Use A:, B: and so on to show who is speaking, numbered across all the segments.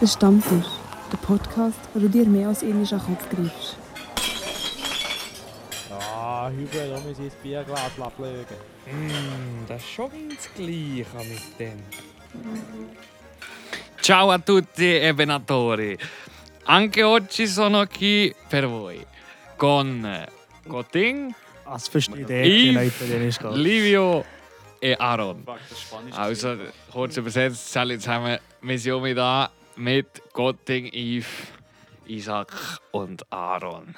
A: Der Stammtisch, der Podcast, wo du dir mehr als ähnlich an den Kopf greifst.
B: Ah, Hübel, da muss ich ein Bierglas ablegen.
C: Mm, das ist schon ganz gleich mit dem. Ciao a tutti e venatori. Anche oggi sono qui per voi con Cotin,
D: Ah, Das verstehe ich
C: Ich-
D: eh, wenn italienisch geht.
C: Livio e Aaron.
E: Fuck, das ist Spanisch.
C: Also kurz übersetzt, alle zusammen, wir sind wieder da mit Gotting, Yves, Isaac und Aaron.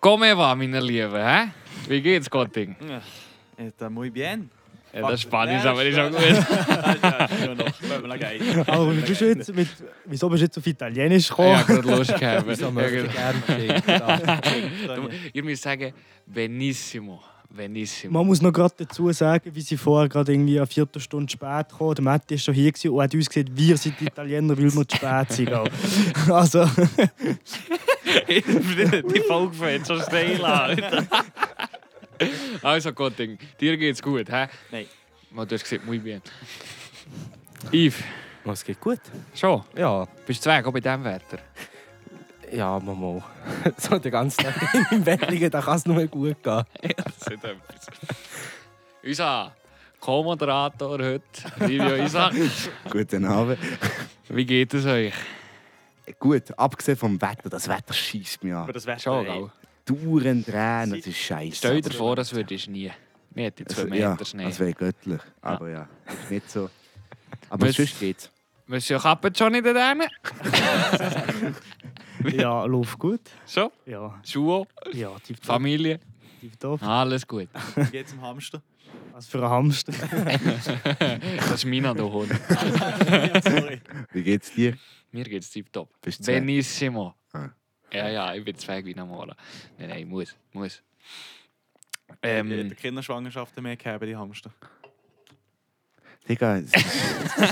C: Come va, meine Lieben, hä? Wie geht's, Gotting?
E: Está äh, muy bien.
C: Ja, das ist
E: Fuck.
C: Spanisch,
E: Ja,
C: aber
E: das
C: ist
E: ist
C: auch gut.
E: ja, nur noch. Wollen wir noch gehen?
D: Aber du bist jetzt mit, wieso bist du jetzt auf Italienisch gekommen?
C: Ja, gerade Lust gehabt.
E: Dann-
C: Ihr müsst sagen, benissimo. Benissimo.
D: Man muss noch gerade dazu sagen, wie sie vorher gerade irgendwie eine Viertelstunde spät kam. Der Matt war schon hier gewesen und hat uns gesagt, wir sind Italiener, weil wir zu spät sind. auch. Also,
C: Die Folge fällt schon steil an. also, Gotting, dir geht's gut, hä?
E: Nein.
C: Man, du hast gesagt, muy bien. Yves,
F: Es geht gut.
C: schon?
F: Ja,
C: Bist du weg, auch bei diesem Wetter?
F: ja, Mama. So den ganzen Tag im Bett liegen, da kann es nur gut gehen.
C: Das ist etwas. Unser Co-Moderator heute, Livio Isaac.
G: Guten Abend.
C: Wie geht es euch?
G: Gut, abgesehen vom Wetter, das Wetter schießt mich
E: Aber
G: an.
E: das wäre
C: Schon, gell?
G: Dauernd Tränen, das ist scheiße.
C: Stell dir vor, das würde ich nie. Wir hätten zwei
G: also,
C: Meter
G: ja,
C: Schnee.
G: das wäre göttlich. Aber ja, ist nicht so. Aber
C: Was-
G: sonst geht's.
C: Monsieur Kappen schon in den Dänen?
D: ja, läuft gut.
C: Schon?
D: Ja,
C: Schuhe,
D: ja, tipptopp.
C: Familie,
D: tipptopp.
C: alles gut.
E: Wie geht's dem Hamster?
D: Was für ein Hamster.
C: Das ist meiner der Hund.
E: Sorry.
G: Wie geht's dir?
C: Mir geht's tipptopp.
G: Bist du weg?
C: Benissimo.
G: Ah.
C: Ja, ja, ich bin zweig wie Namora. Nein, nein, muss, muss.
E: Ich
C: Ähm,
E: habe keine Schwangerschaften äh, mehr gehabt, die Hamster.
G: Digga, es-
D: Das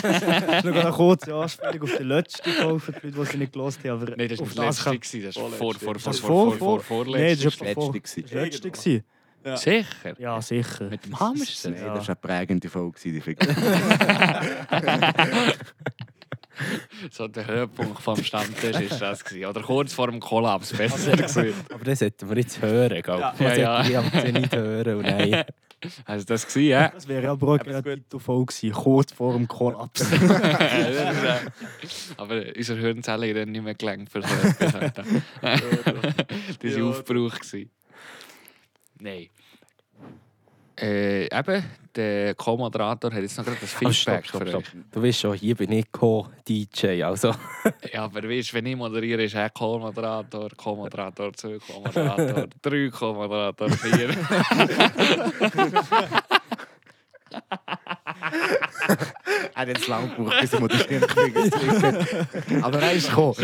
D: ist noch eine kurze Anspielung auf den letzten Fall für die Leute, die sie nicht gelesen haben. Aber
C: nein, das
D: auf
C: ist nicht das
D: kann-
C: letzte, gewesen, das ist vor, vor, vor,
D: Das
C: vor,
D: vor-
C: vor, vor,
D: Nein, das
C: vorletzte.
D: ist
G: das
D: vor-
G: war
D: das
G: letzte. gewesen.
D: war das letzte. gewesen.
E: Ja.
C: Sicher?
D: Ja, sicher.
C: Mit dem
G: Nein,
C: Hamster?
D: Ja.
G: das war eine prägende Folge, die Figur.
C: So der Höhepunkt vom Stammtisch ist das gewesen. Oder kurz vor dem Kollaps, besser gesagt.
F: Aber das sollten wir jetzt hören, gell?
E: Ja.
C: Ja, ja.
F: Ich habe nicht hören und nein.
C: Also das gewesen, ja?
D: Das wäre aber auch
E: Aber ist
D: gerade Titelfolge gewesen, kurz vor dem Kollaps.
C: Das ist, äh, Aber unsere Hirnzellen haben dann nicht mehr gelangt für so etwas. Alter. Das war
E: Ja,
C: Aufbrauch. gewesen. Nein. Äh, eben, der Co-Moderator hat jetzt noch gerade das
G: Oh,
F: Aber
C: Feedback für euch.
F: Du weißt schon, hier bin ich Co-DJ. Also,
C: Ja, aber weißt, wenn ich moderiere, ist er Co-Moderator, Co-Moderator 2, Co-Moderator 3, Co-Moderator 4.
G: Er hat jetzt lang gebraucht, bis er mir die Stimme kriegt. Aber er ist gekommen.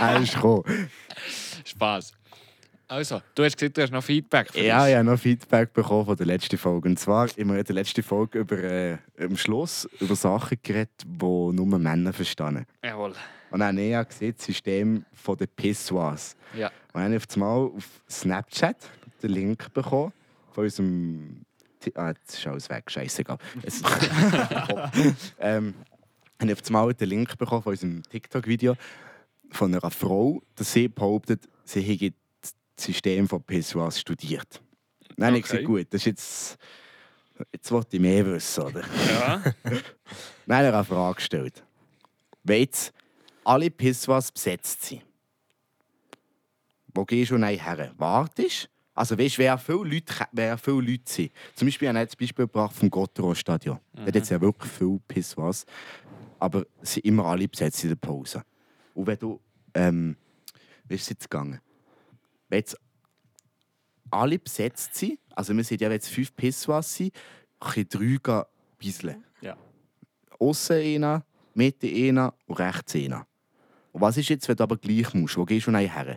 G: Er ist gekommen.
C: Spass. Also, du hast gesagt, du hast noch Feedback für
G: Ja,
C: uns.
G: ich habe noch Feedback bekommen von der letzten Folge. Und zwar haben wir in der letzten Folge über, äh, am Schluss über Sachen geredet, die nur Männer verstehen.
C: Jawohl.
G: Und dann habe ich auch gesehen, das System von den Pissoirs.
C: Ja.
G: Und dann habe ich auf einmal auf Snapchat den Link bekommen von unserem. Ti- Ah, jetzt ist alles weg, scheißegal. Es ähm, habe ich auf einmal den Link bekommen von unserem TikTok-Video von einer Frau, dass sie behauptet, sie hätte das System von Pissoirs studiert. Dann habe ich
C: Okay.
G: gesagt, gut, das ist jetzt. Jetzt wollte ich mehr wissen, oder?
C: Ja.
G: Nein, er hat eine Frage gestellt. Wenn jetzt alle Pissoirs besetzt sind, wo gehst du dann her? Wartest Also weißt du, wer viele Leute, ke- wer viele Leute sind. Zum Beispiel, er hat das Beispiel gebracht vom Gotteron-Stadion. Mhm. hat jetzt ja wirklich viele Pissoirs, aber es sind immer alle besetzt in der Pause. Und wenn du, ähm, wie ist es jetzt gegangen? Wenn jetzt alle besetzt sind, also wir sind ja, wenn jetzt fünf Pissoirs sind, können drei gehen bisseln aussen einer, Mitte einer und rechts einer. Und was ist jetzt, wenn du aber gleich musst? Wo gehst du denn her?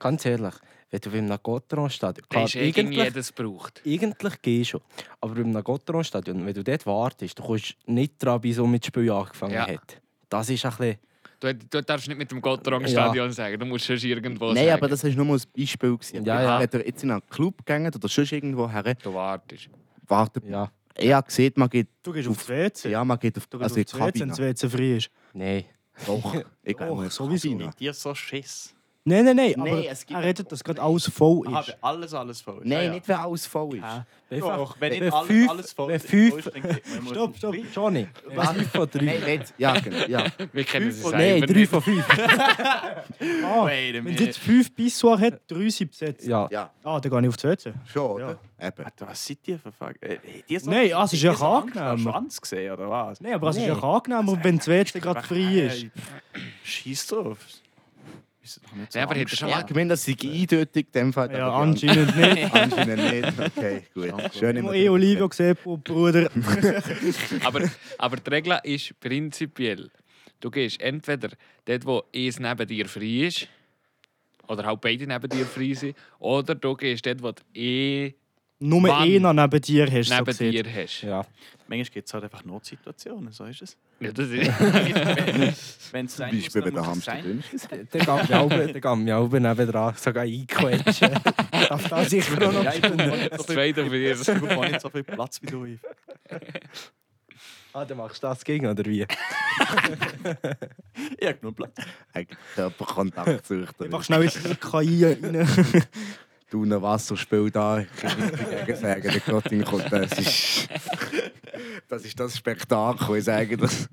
F: ganz ehrlich, wenn du beim Nagotron stehst,
C: Da
F: klar,
C: ist eh irgendwie
F: eigentlich,
C: jedes gebraucht.
F: eigentlich gehst du. Aber beim Nagotron Stadion, wenn du dort wartest, du kommst nicht dran, bis so mit Spiel angefangen
C: Ja.
F: hat. Das ist ein bisschen.
C: Du, du darfst nicht mit dem Gotterang-Stadion sagen, du musst schon irgendwo
G: Nein,
C: sagen.
G: aber das war nur mal ein Beispiel. Gewesen.
F: Ja, ja.
G: Wenn du jetzt in einen Club gegangen oder sonst irgendwo her,
C: Du wartest.
G: wartet.
F: Ja,
G: Ja. Ich habe gesehen, man geht,
D: Du gehst auf das WC.
G: ja, man geht auf
D: Du gehst
G: also
D: also
G: in
D: auf
G: die
D: das WC, wenn das
G: Kabine.
D: WC frei ist.
F: nein.
G: Doch, ich glaube,
D: Doch,
G: es
D: sowieso.
G: kann sein.
D: Nein,
E: Dir so Schiss.
D: nein, nein, aber
G: Nein, es gibt-
D: er redet, dass gerade alles voll
E: Aha,
D: ist.
E: wenn alles, alles falsch.
G: Nein,
E: ja,
G: nicht, wenn alles voll ist.
E: Ja.
F: Einfach-
E: Doch, wenn
F: wenn
E: nicht alles,
F: fünf-
E: alles falsch
F: wenn
E: ist,
F: fünf-
E: falsch, dann gibt man-
D: Stopp, stopp.
F: Johnny,
G: Was?
F: fünf von drei.
G: Nein, nicht. Ja, genau. Ja.
C: Wir kennen sie selber
F: Nein, drei
C: nicht.
F: von fünf.
D: Ah,
E: Wait a
D: wenn es
E: minute.
D: jetzt fünf Pissoir hat, drei sind besetzt.
F: Ja.
G: ja,
D: Ah, dann gehe ich auf die WC.
G: schon, oder? Eben.
E: Alter, Was seid ihr für Fuck? Äh, habt ihr so-
D: Nein, ah, es ist ja
E: habt ihr so Angst,
D: angenehm.
E: einen Schwanz gesehen, oder was?
D: Nein, aber es ist ja angenehm, wenn das WC gerade frei ist.
E: Scheiß drauf. Wieso haben wir jetzt so
C: Ja, aber
E: Angst?
C: hat er schon
G: Ja, ich meine, das sei eindeutig in dem Fall.
D: Ja,
G: aber die
D: anscheinend nicht.
G: an- Anscheinend nicht. Okay, gut.
D: Ich
G: Schön immer.
D: habe eh Olivia gesehen, Bruder.
C: aber, aber die Regel ist prinzipiell, du gehst entweder dort, wo eins neben dir frei ist, oder halt beide neben dir frei sind, oder du gehst dort, wo du eh
D: Nur
C: Wann?
D: einer neben dir hast du so
C: neben
D: gesehen.
C: dir hast.
F: Ja.
E: Manchmal gibt es halt einfach Notsituationen, so ist es.
C: Ja, das ist,
E: Wenn es sein
G: Zum Beispiel,
E: muss,
G: wenn
E: dann
G: der
E: muss es
G: Hamster
E: sein.
G: drin ist.
F: Der geht mir oben, der geht mir oben nebendran sogar einquetschen. Darf das sicher auch noch
E: Ja, ich brauche
C: das zweite für
E: nicht, so- ich brauche nicht so viel Platz wie du. Yves.
F: Ah, dann machst du das gegen, oder wie?
E: Ich habe genug Platz.
G: Eigentlich Körperkontakt sucht
D: Ich mach
G: er.
D: schnell jetzt die KI rein.
G: Du ein Wasserspiel da. Ich kann nichts dagegen sagen, der Gottin kommt. Das ist das, ist das Spektakel. Ich sage das.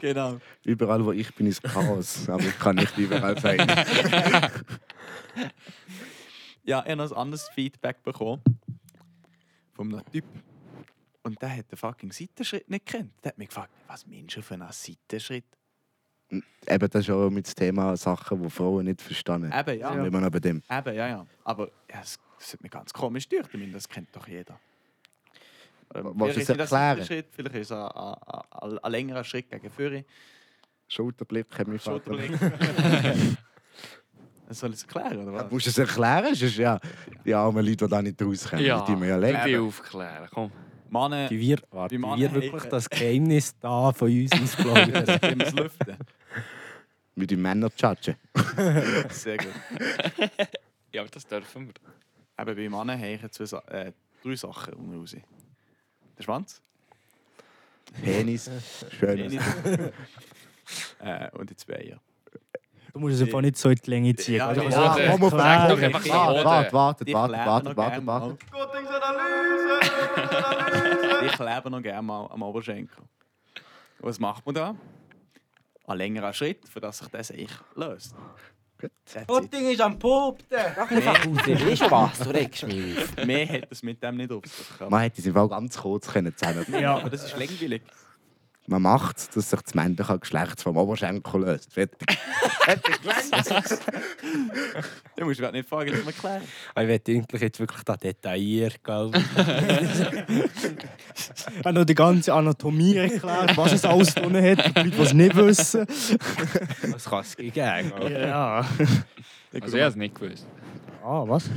E: Genau.
G: Überall, wo ich bin, ist Chaos. Aber ich kann nicht überall sein.
E: Ja, ich habe noch ein anderes Feedback bekommen. Von einem Typ. Und der hat den fucking Seitenschritt nicht gekannt. Der hat mich gefragt, was meinst du für einen Seitenschritt?
G: Eben, das ist auch mit dem Thema Sachen, die Frauen nicht verstehen.
E: Eben, Äh, ja.
G: Sind wir noch bei dem.
E: Eben, ja, ja. Aber ja, es, es hat mich ganz komisch gedacht. Ich meine, das kennt doch jeder. Ähm,
G: Willst du
E: vielleicht
G: es
E: ist nicht
G: erklären?
E: ein siebter Schritt, vielleicht ist es ein, ein, ein, ein längerer Schritt gegen Führer.
G: Schulterblick hat mich
E: Schulterblick. Soll ich es erklären, oder
G: Ja,
E: was?
G: musst du es erklären? Sonst ja, die armen Leute, die da nicht rauskommen,
C: ja,
G: die müssen ja leben.
C: die aufklären, komm.
E: Männer,
F: Die wir,
E: Die
F: warte, die
E: Mann-
F: wir wirklich das Geheimnis da von uns ausplaudern.
E: die müssen lüften.
G: Mit den Männern judgen.
E: Sehr gut.
C: Ja, aber das dürfen wir.
E: Eben, bei Männern habe ich zwei, Sa- äh, drei Sachen unten raus. Der Schwanz.
G: Penis, schön.
E: äh, und die zwei Eier.
D: Du musst es einfach nicht so in die Länge ziehen.
E: Ja,
D: Also,
E: ja,
D: das
G: ja,
D: ist
G: komm auf,
D: klar.
C: sag doch einfach.
G: Warte, warte, warte,
E: Ich
G: warte,
E: lerne
G: warte,
E: noch
G: warte,
E: gern
G: warte.
E: mal. Ich lebe noch gerne mal am Oberschenkel. Was macht man da? Ein längerer Schritt, für das sich das ich löst.
G: Gut.
E: That's it.
F: ist am Pupten! Mach einfach raus, ich Spaß, du regst mich auf.
E: Mehr hat es mit dem nicht auf sich. Aber
G: Man hätte es im Fall ganz kurz können zusammen.
D: Ja,
E: das ist langweilig.
G: Man macht es, dass sich das männliche Geschlecht vom Oberschenkel löst. Fertig.
E: Du musst mich nicht fragen, das man klären.
F: Ich will endlich jetzt wirklich da detailliert, gell?
D: ich habe noch die ganze Anatomie erklärt, was es alles drin hat, für die Leute, die es nicht wissen.
F: Was kann es gegen? gell?
D: Ja.
C: Also ich habe es nicht gewusst.
D: Ah, was?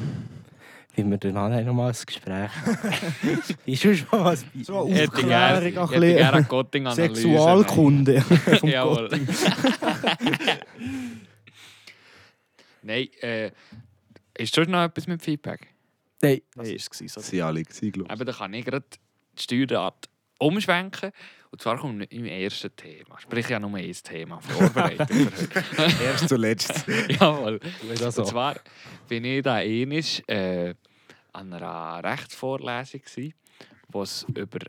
F: Wenn wir danach nochmal ein Gespräch Ist schon schon was bei.
D: So eine
C: Hätte ich
D: Aufklärung,
C: gerne-
D: ein
C: hätte ich gerne eine
D: bisschen
C: Gotting-Analyse.
D: Sexualkunde.
C: Nein. Jawohl. Nein, äh, ist sonst noch etwas mit Feedback?
F: Nein,
E: Das war es. gewesen, so.
G: Sie alle gewesen, glaub ich.
C: Aber da kann ich gerade die Steuerart umschwenken. Und zwar kommt im ersten Thema. Sprich, ich habe nur ein Thema vorbereitet. für heute.
G: Erst zuletzt.
C: Jawohl.
F: tu das
C: Und
F: so.
C: zwar bin ich da einisch äh, an einer Rechtsvorlesung gsi, wo es über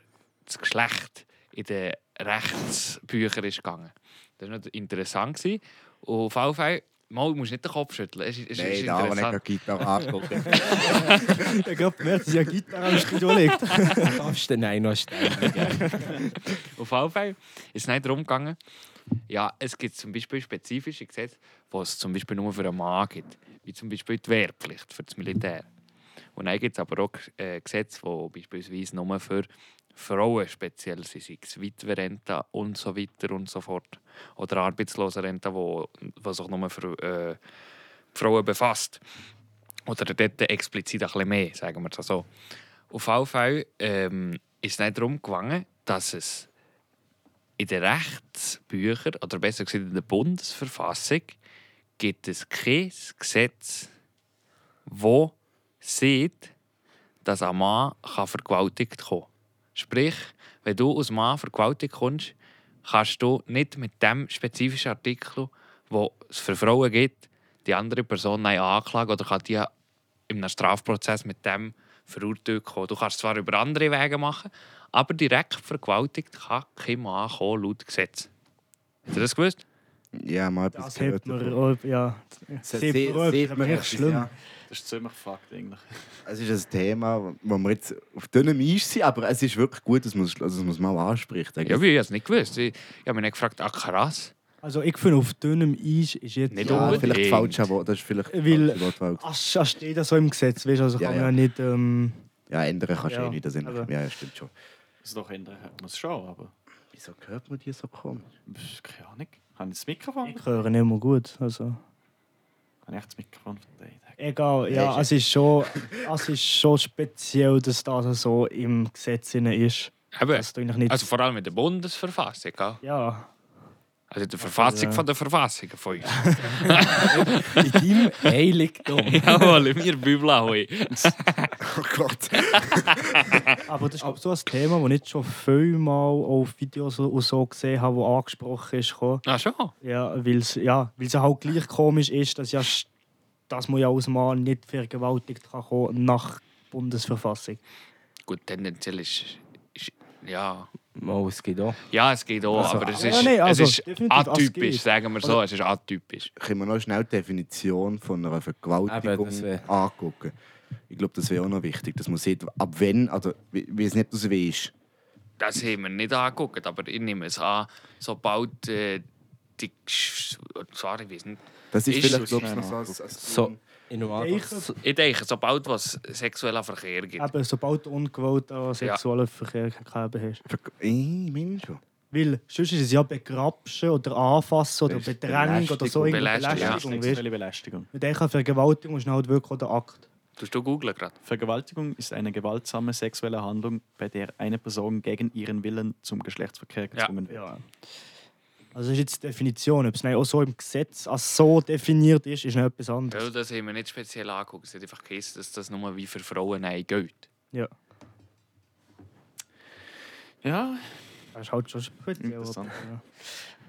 C: das Geschlecht in den Rechtsbüchern ist gegangen. Das war noch interessant gsi. Und auf jeden Fall, mal, du musst nicht den Kopf schütteln. Es ist, es ist
G: Nein, da habe ich
C: interessant.
G: noch Gitarre angeguckt.
D: Ich habe gemerkt, dass ich eine Gitarre am Studio liegt.
F: Darfst du den einen noch stellen?
C: Auf jeden Fall ist es nicht darum gegangen. Ja, es gibt zum Beispiel spezifische Gesetze, die es zum Beispiel nur für einen Mann gibt. Wie zum Beispiel die Wehrpflicht für das Militär. Und dann gibt es aber auch äh, Gesetze, die beispielsweise nur für Frauen speziell sind, sei es Witwerrente und so weiter und so fort. Oder Arbeitslosenrente, die die sich nur für äh, die Frauen befasst. Oder dort explizit ein bisschen mehr, sagen wir es so. Auf jeden Fall ähm, ist es nicht darum gegangen, dass es in den Rechtsbüchern, oder besser gesagt in der Bundesverfassung, gibt es kein Gesetz, wo sieht, dass ein Mann kann vergewaltigt kommen kann. Sprich, wenn du als Mann vergewaltigt kommst, kannst du nicht mit dem spezifischen Artikel, wo es für Frauen gibt, die andere Person nein anklagen oder kann die in einem Strafprozess mit dem verurteilt kommen. Du kannst es zwar über andere Wege machen, aber direkt vergewaltigt kann kein Mann kommen, laut Gesetz. Hast du das gewusst?
G: Ja, mal etwas
D: Das hat man,
G: davon.
D: ob- ja, das
G: Se-
D: sieht
G: se-
D: man, ob-
G: sieht
D: aber
G: man
D: echt
G: etwas,
D: schlimm.
G: ja.
E: Das ist ziemlich fucked eigentlich.
G: Es ist ein Thema, wo wir jetzt auf dünnem Eis sind, aber es ist wirklich gut, dass man es also, dass man es mal anspricht. I
C: Ja,
G: guess.
C: wie, ich habe es nicht gewusst. Ich, ich habe mich nicht gefragt, ach krass.
D: Also ich finde, auf dünnem Eis ist jetzt...
C: Nicht
G: ja,
C: unbedingt.
G: vielleicht falsch, aber das ist vielleicht
D: Weil-
G: falsche Wortwahl.
D: Ach, sch- steht das so im Gesetz, weißt du, also
G: Ja,
D: kann
G: ja.
D: man ja nicht... Ähm,
G: Ja, ändern kannst du
D: Ja,
G: eh nicht. Das ändern-
D: aber-
G: ja, ja, stimmt schon.
E: Das Also doch ändern hat man es schon, aber
G: Wieso hört man die so komisch?
E: pff, keine Ahnung. Habe ich das Mikrofon?
D: ich höre nicht mehr gut, also...
E: Habe ich echt das Mikrofon verteidigt?
D: Egal, ja, es ist schon, es ist schon speziell, dass das so im Gesetz drin ist.
C: Eben.
D: Das tue ich nicht.
C: Also vor allem mit der Bundesverfassung. gell?
D: ja,
C: Also der Verfassung
D: ja.
C: von der Verfassung von uns.
F: In deinem Heiligtum.
C: Jawohl, wir Bibel hoi.
G: Oh Gott.
D: aber das ist glaub ich, so ein Thema, das ich jetzt schon vielmal auf Videos und so gesehen habe, wo angesprochen ist. gekommen.
C: Ah schon?
D: Ja, weil es ja, weil's ja halt gleich komisch ist, dass, ja, sch- dass man ja als Mann nicht vergewaltigt kann kommen nach Bundesverfassung.
C: Gut, tendenziell ist... ist ja.
F: Mal, es geht auch.
C: ja, es geht auch, aber es
D: ja,
C: ist,
D: nee, also,
C: es ist
D: definitiv, es
C: atypisch,
D: geht. Also,
C: sagen wir so. Es ist atypisch.
G: Können wir noch schnell die Definition von einer
F: Eben,
G: Vergewaltigung
F: das wär-
G: angucken? Ich glaube, das wäre auch noch wichtig, dass man sieht, ab wann, also wie wie es nicht aus wie ist.
C: Das haben wir nicht angeguckt, aber ich nehme es an, sobald äh, die... Gesch- Sorry, ich weiß nicht.
G: Das ist,
C: Ist
G: vielleicht,
E: so
G: glaube ich, noch so als, als
F: So, in
D: Ich-
C: Ich denke, sobald es sexueller Verkehr gibt.
D: Eben, sobald du ungewollt an sexuellen Verkehr gegeben hast.
G: Verge- Ich meine schon.
D: Weil sonst ist es ja begrapschen oder anfassen oder
G: Das ist
D: Bedrängung oder so irgendeine
C: Belästigung, ja.
D: Belästigung. weißt du?
E: Sexuelle Belästigung.
D: Mit einer Vergewaltigung ist halt wirklich der Akt.
C: Tust du googeln gerade?
E: Vergewaltigung ist eine gewaltsame sexuelle Handlung, bei der eine Person gegen ihren Willen zum Geschlechtsverkehr gezwungen wird.
D: Ja. Also das ist jetzt die Definition. Ob es nicht auch so im Gesetz als so definiert ist, ist noch etwas
C: Ja,
D: anderes.
C: das haben wir nicht speziell angeguckt. Es hat einfach geheißen, dass das nur wie für Frauen nein gilt.
D: Ja.
E: Ja,
D: Das ist halt schon speziell.
E: Interessant.
D: Ja.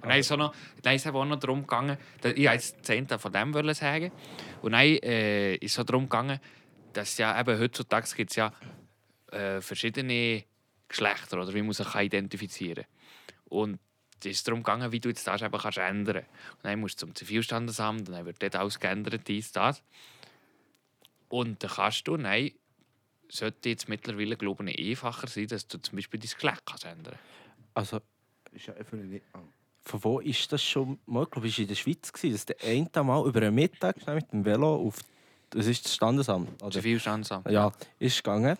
C: Und dann ist auch noch, dann ist es eben auch noch darum gegangen, dass ich als Zehnter von dem wollte sagen. Und dann äh, ist es auch darum gegangen, dass ja eben heutzutage gibt es ja äh, verschiedene Geschlechter oder wie man sich identifizieren kann. Und es ist darum gegangen, wie du jetzt das eben kannst ändern kannst. Und dann musst du zum Zivilstandesamt, und dann wird dort alles geändert, dies, das. Und dann kannst du, nein, sollte jetzt mittlerweile, glaube ich, einfacher sein, dass du zum Beispiel dein Geschlecht kannst ändern
F: Also,
G: Ist ja öffentlich nicht. Oh.
F: von wo ist das schon mal? Ich glaube, es war in der Schweiz, gewesen, dass der eine Mal über den Mittag schnell mit dem Velo auf... Das ist das Standesamt.
C: kannst.
F: Oder?
C: Zivilstandesamt.
F: Ja, ist gegangen.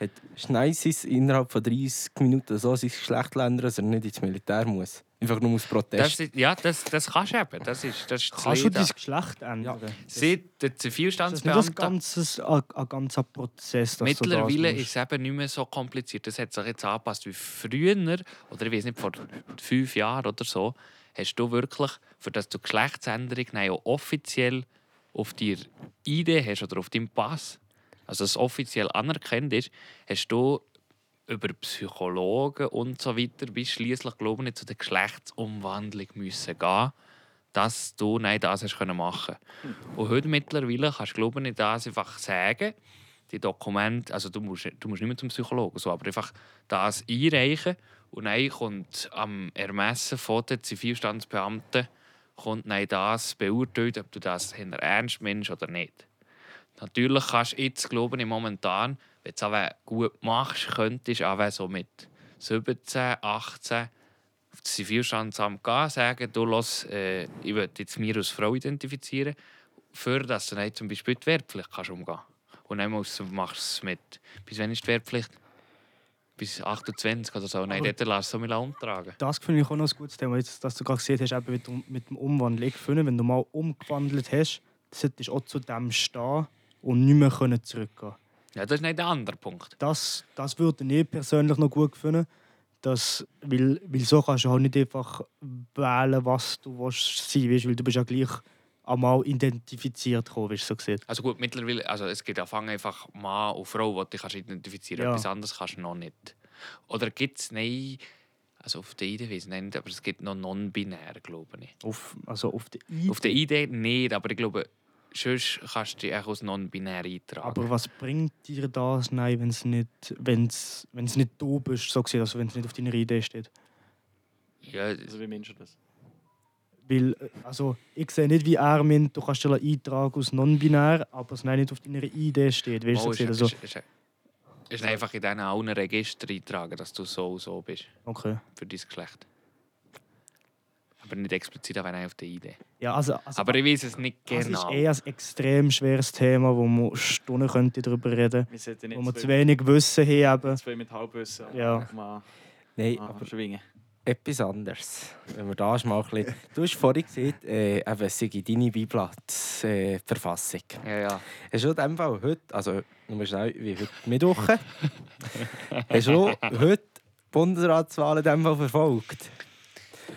F: Hat schnell sein, innerhalb von 30 Minuten so sein Geschlecht geändert, dass er nicht ins Militär muss. Einfach nur aus
C: Das
F: Protest.
C: ist, ja, das, das kannst du eben. Das ist, das ist das
D: Kannst du dein
C: Leben.
D: Geschlecht ändern?
C: Seit der
D: Das ist nicht ein,
C: Zivilstandsbeamten
D: ganzes, ein, ein ganzer Prozess. Dass
C: mittlerweile
D: du das
C: ist es eben nicht mehr so kompliziert. Das hat sich jetzt angepasst wie früher, oder ich weiß nicht, vor fünf Jahren oder so, hast du wirklich, für dass du Geschlechtsänderung nein, auch offiziell auf deiner ID hast oder auf deinem Pass, also dass es offiziell anerkannt ist, hast du über Psychologen und so weiter bis schließlich glaube ich nicht zu der Geschlechtsumwandlung müssen gehen, dass du nein das hast können machen.
D: Hm.
C: Und heute mittlerweile kannst du glaube ich nicht das einfach sagen, die Dokumente, also du musst, du musst nicht mehr zum Psychologen, so, aber einfach das einreichen und dann kommt am Ermessen von den Zivilstandsbeamten kommt dann das beurteilt, ob du das hinter ernst meinst oder nicht. Natürlich kannst du jetzt, glaube ich, momentan, wenn du es auch gut machst, könntest du auch so mit 17, 18 auf das Zivilstandsamt gehen, sagen, du lass, äh, ich will jetzt mir als Frau identifizieren, für dass du dann zum Beispiel die Wehrpflicht kannst umgehen kannst. Und dann musst du, machst du es mit, bis wann ist die Wehrpflicht? Bis 28 oder so. Nein,
D: Aber-
C: dort lässt du mich umtragen.
D: Das finde ich auch noch ein gutes Thema, jetzt, dass du gerade gesehen hast, eben mit, dem- mit dem Umwandeln. Ich finde, wenn du mal umgewandelt hast, solltest du auch zu dem stehen und nicht mehr können zurückgehen
C: Ja, das ist nicht der andere Punkt.
D: Das, das würde ich persönlich noch gut finden, dass, weil, weil so kannst du halt nicht einfach wählen, was du willst sein willst, weil du bist ja gleich einmal identifiziert gekommen, wie so gesehen.
C: Also gut, mittlerweile, also es gibt anfangen einfach Mann und Frau, die dich kannst identifizieren
D: Ja.
C: kannst. Etwas anderes kannst du noch nicht. Oder gibt es, nein, Also auf der Idee weiß ich nicht, aber es gibt noch non-binär, glaube ich.
D: Auf, also auf der
C: Auf der Idee nicht, aber ich glaube, sonst kannst du dich auch als non-binär eintragen.
D: Aber was bringt dir das nein, wenn es nicht, wenn's, wenn's nicht du bist, so gesehen, also wenn es nicht auf deiner Idee steht?
C: ja,
E: Also wie meinst du das?
D: Weil, äh, also ich sehe nicht wie Armin, du kannst dir einen Eintrag aus non-binär, aber es nein, nicht auf deiner Idee steht. Weißt du, so
C: oh, ist,
D: gesehen, also,
C: ist, ist, ist einfach in diesen allen Register eintragen, dass du so und so bist
D: also, okay.
C: für dein Geschlecht. Aber nicht explizit auch wenn ich auf der Idee.
D: Ja, also, also
C: aber ich weiß es nicht
D: das
C: genau.
D: ist eher ein extrem schweres Thema, wo man Stunden könnte darüber reden
E: Wir sollten
D: wo wir
E: nicht
D: zu wenig Wissen haben.
E: zwei mit Halbwissen aber
D: Ja.
E: mal
F: Nein,
C: Ah.
E: mal
F: aber
E: schwingen.
F: etwas anderes. Wenn wir da mal ein bisschen... Du hast vorhin gesagt, äh, eben, es sei deine Bibel, die äh, die Verfassung.
C: Ja, ja.
F: Hast du in dem Fall heute, also nur schnell, wie heute Mittwoch, hast du heute die Bundesratswahl in dem Fall verfolgt?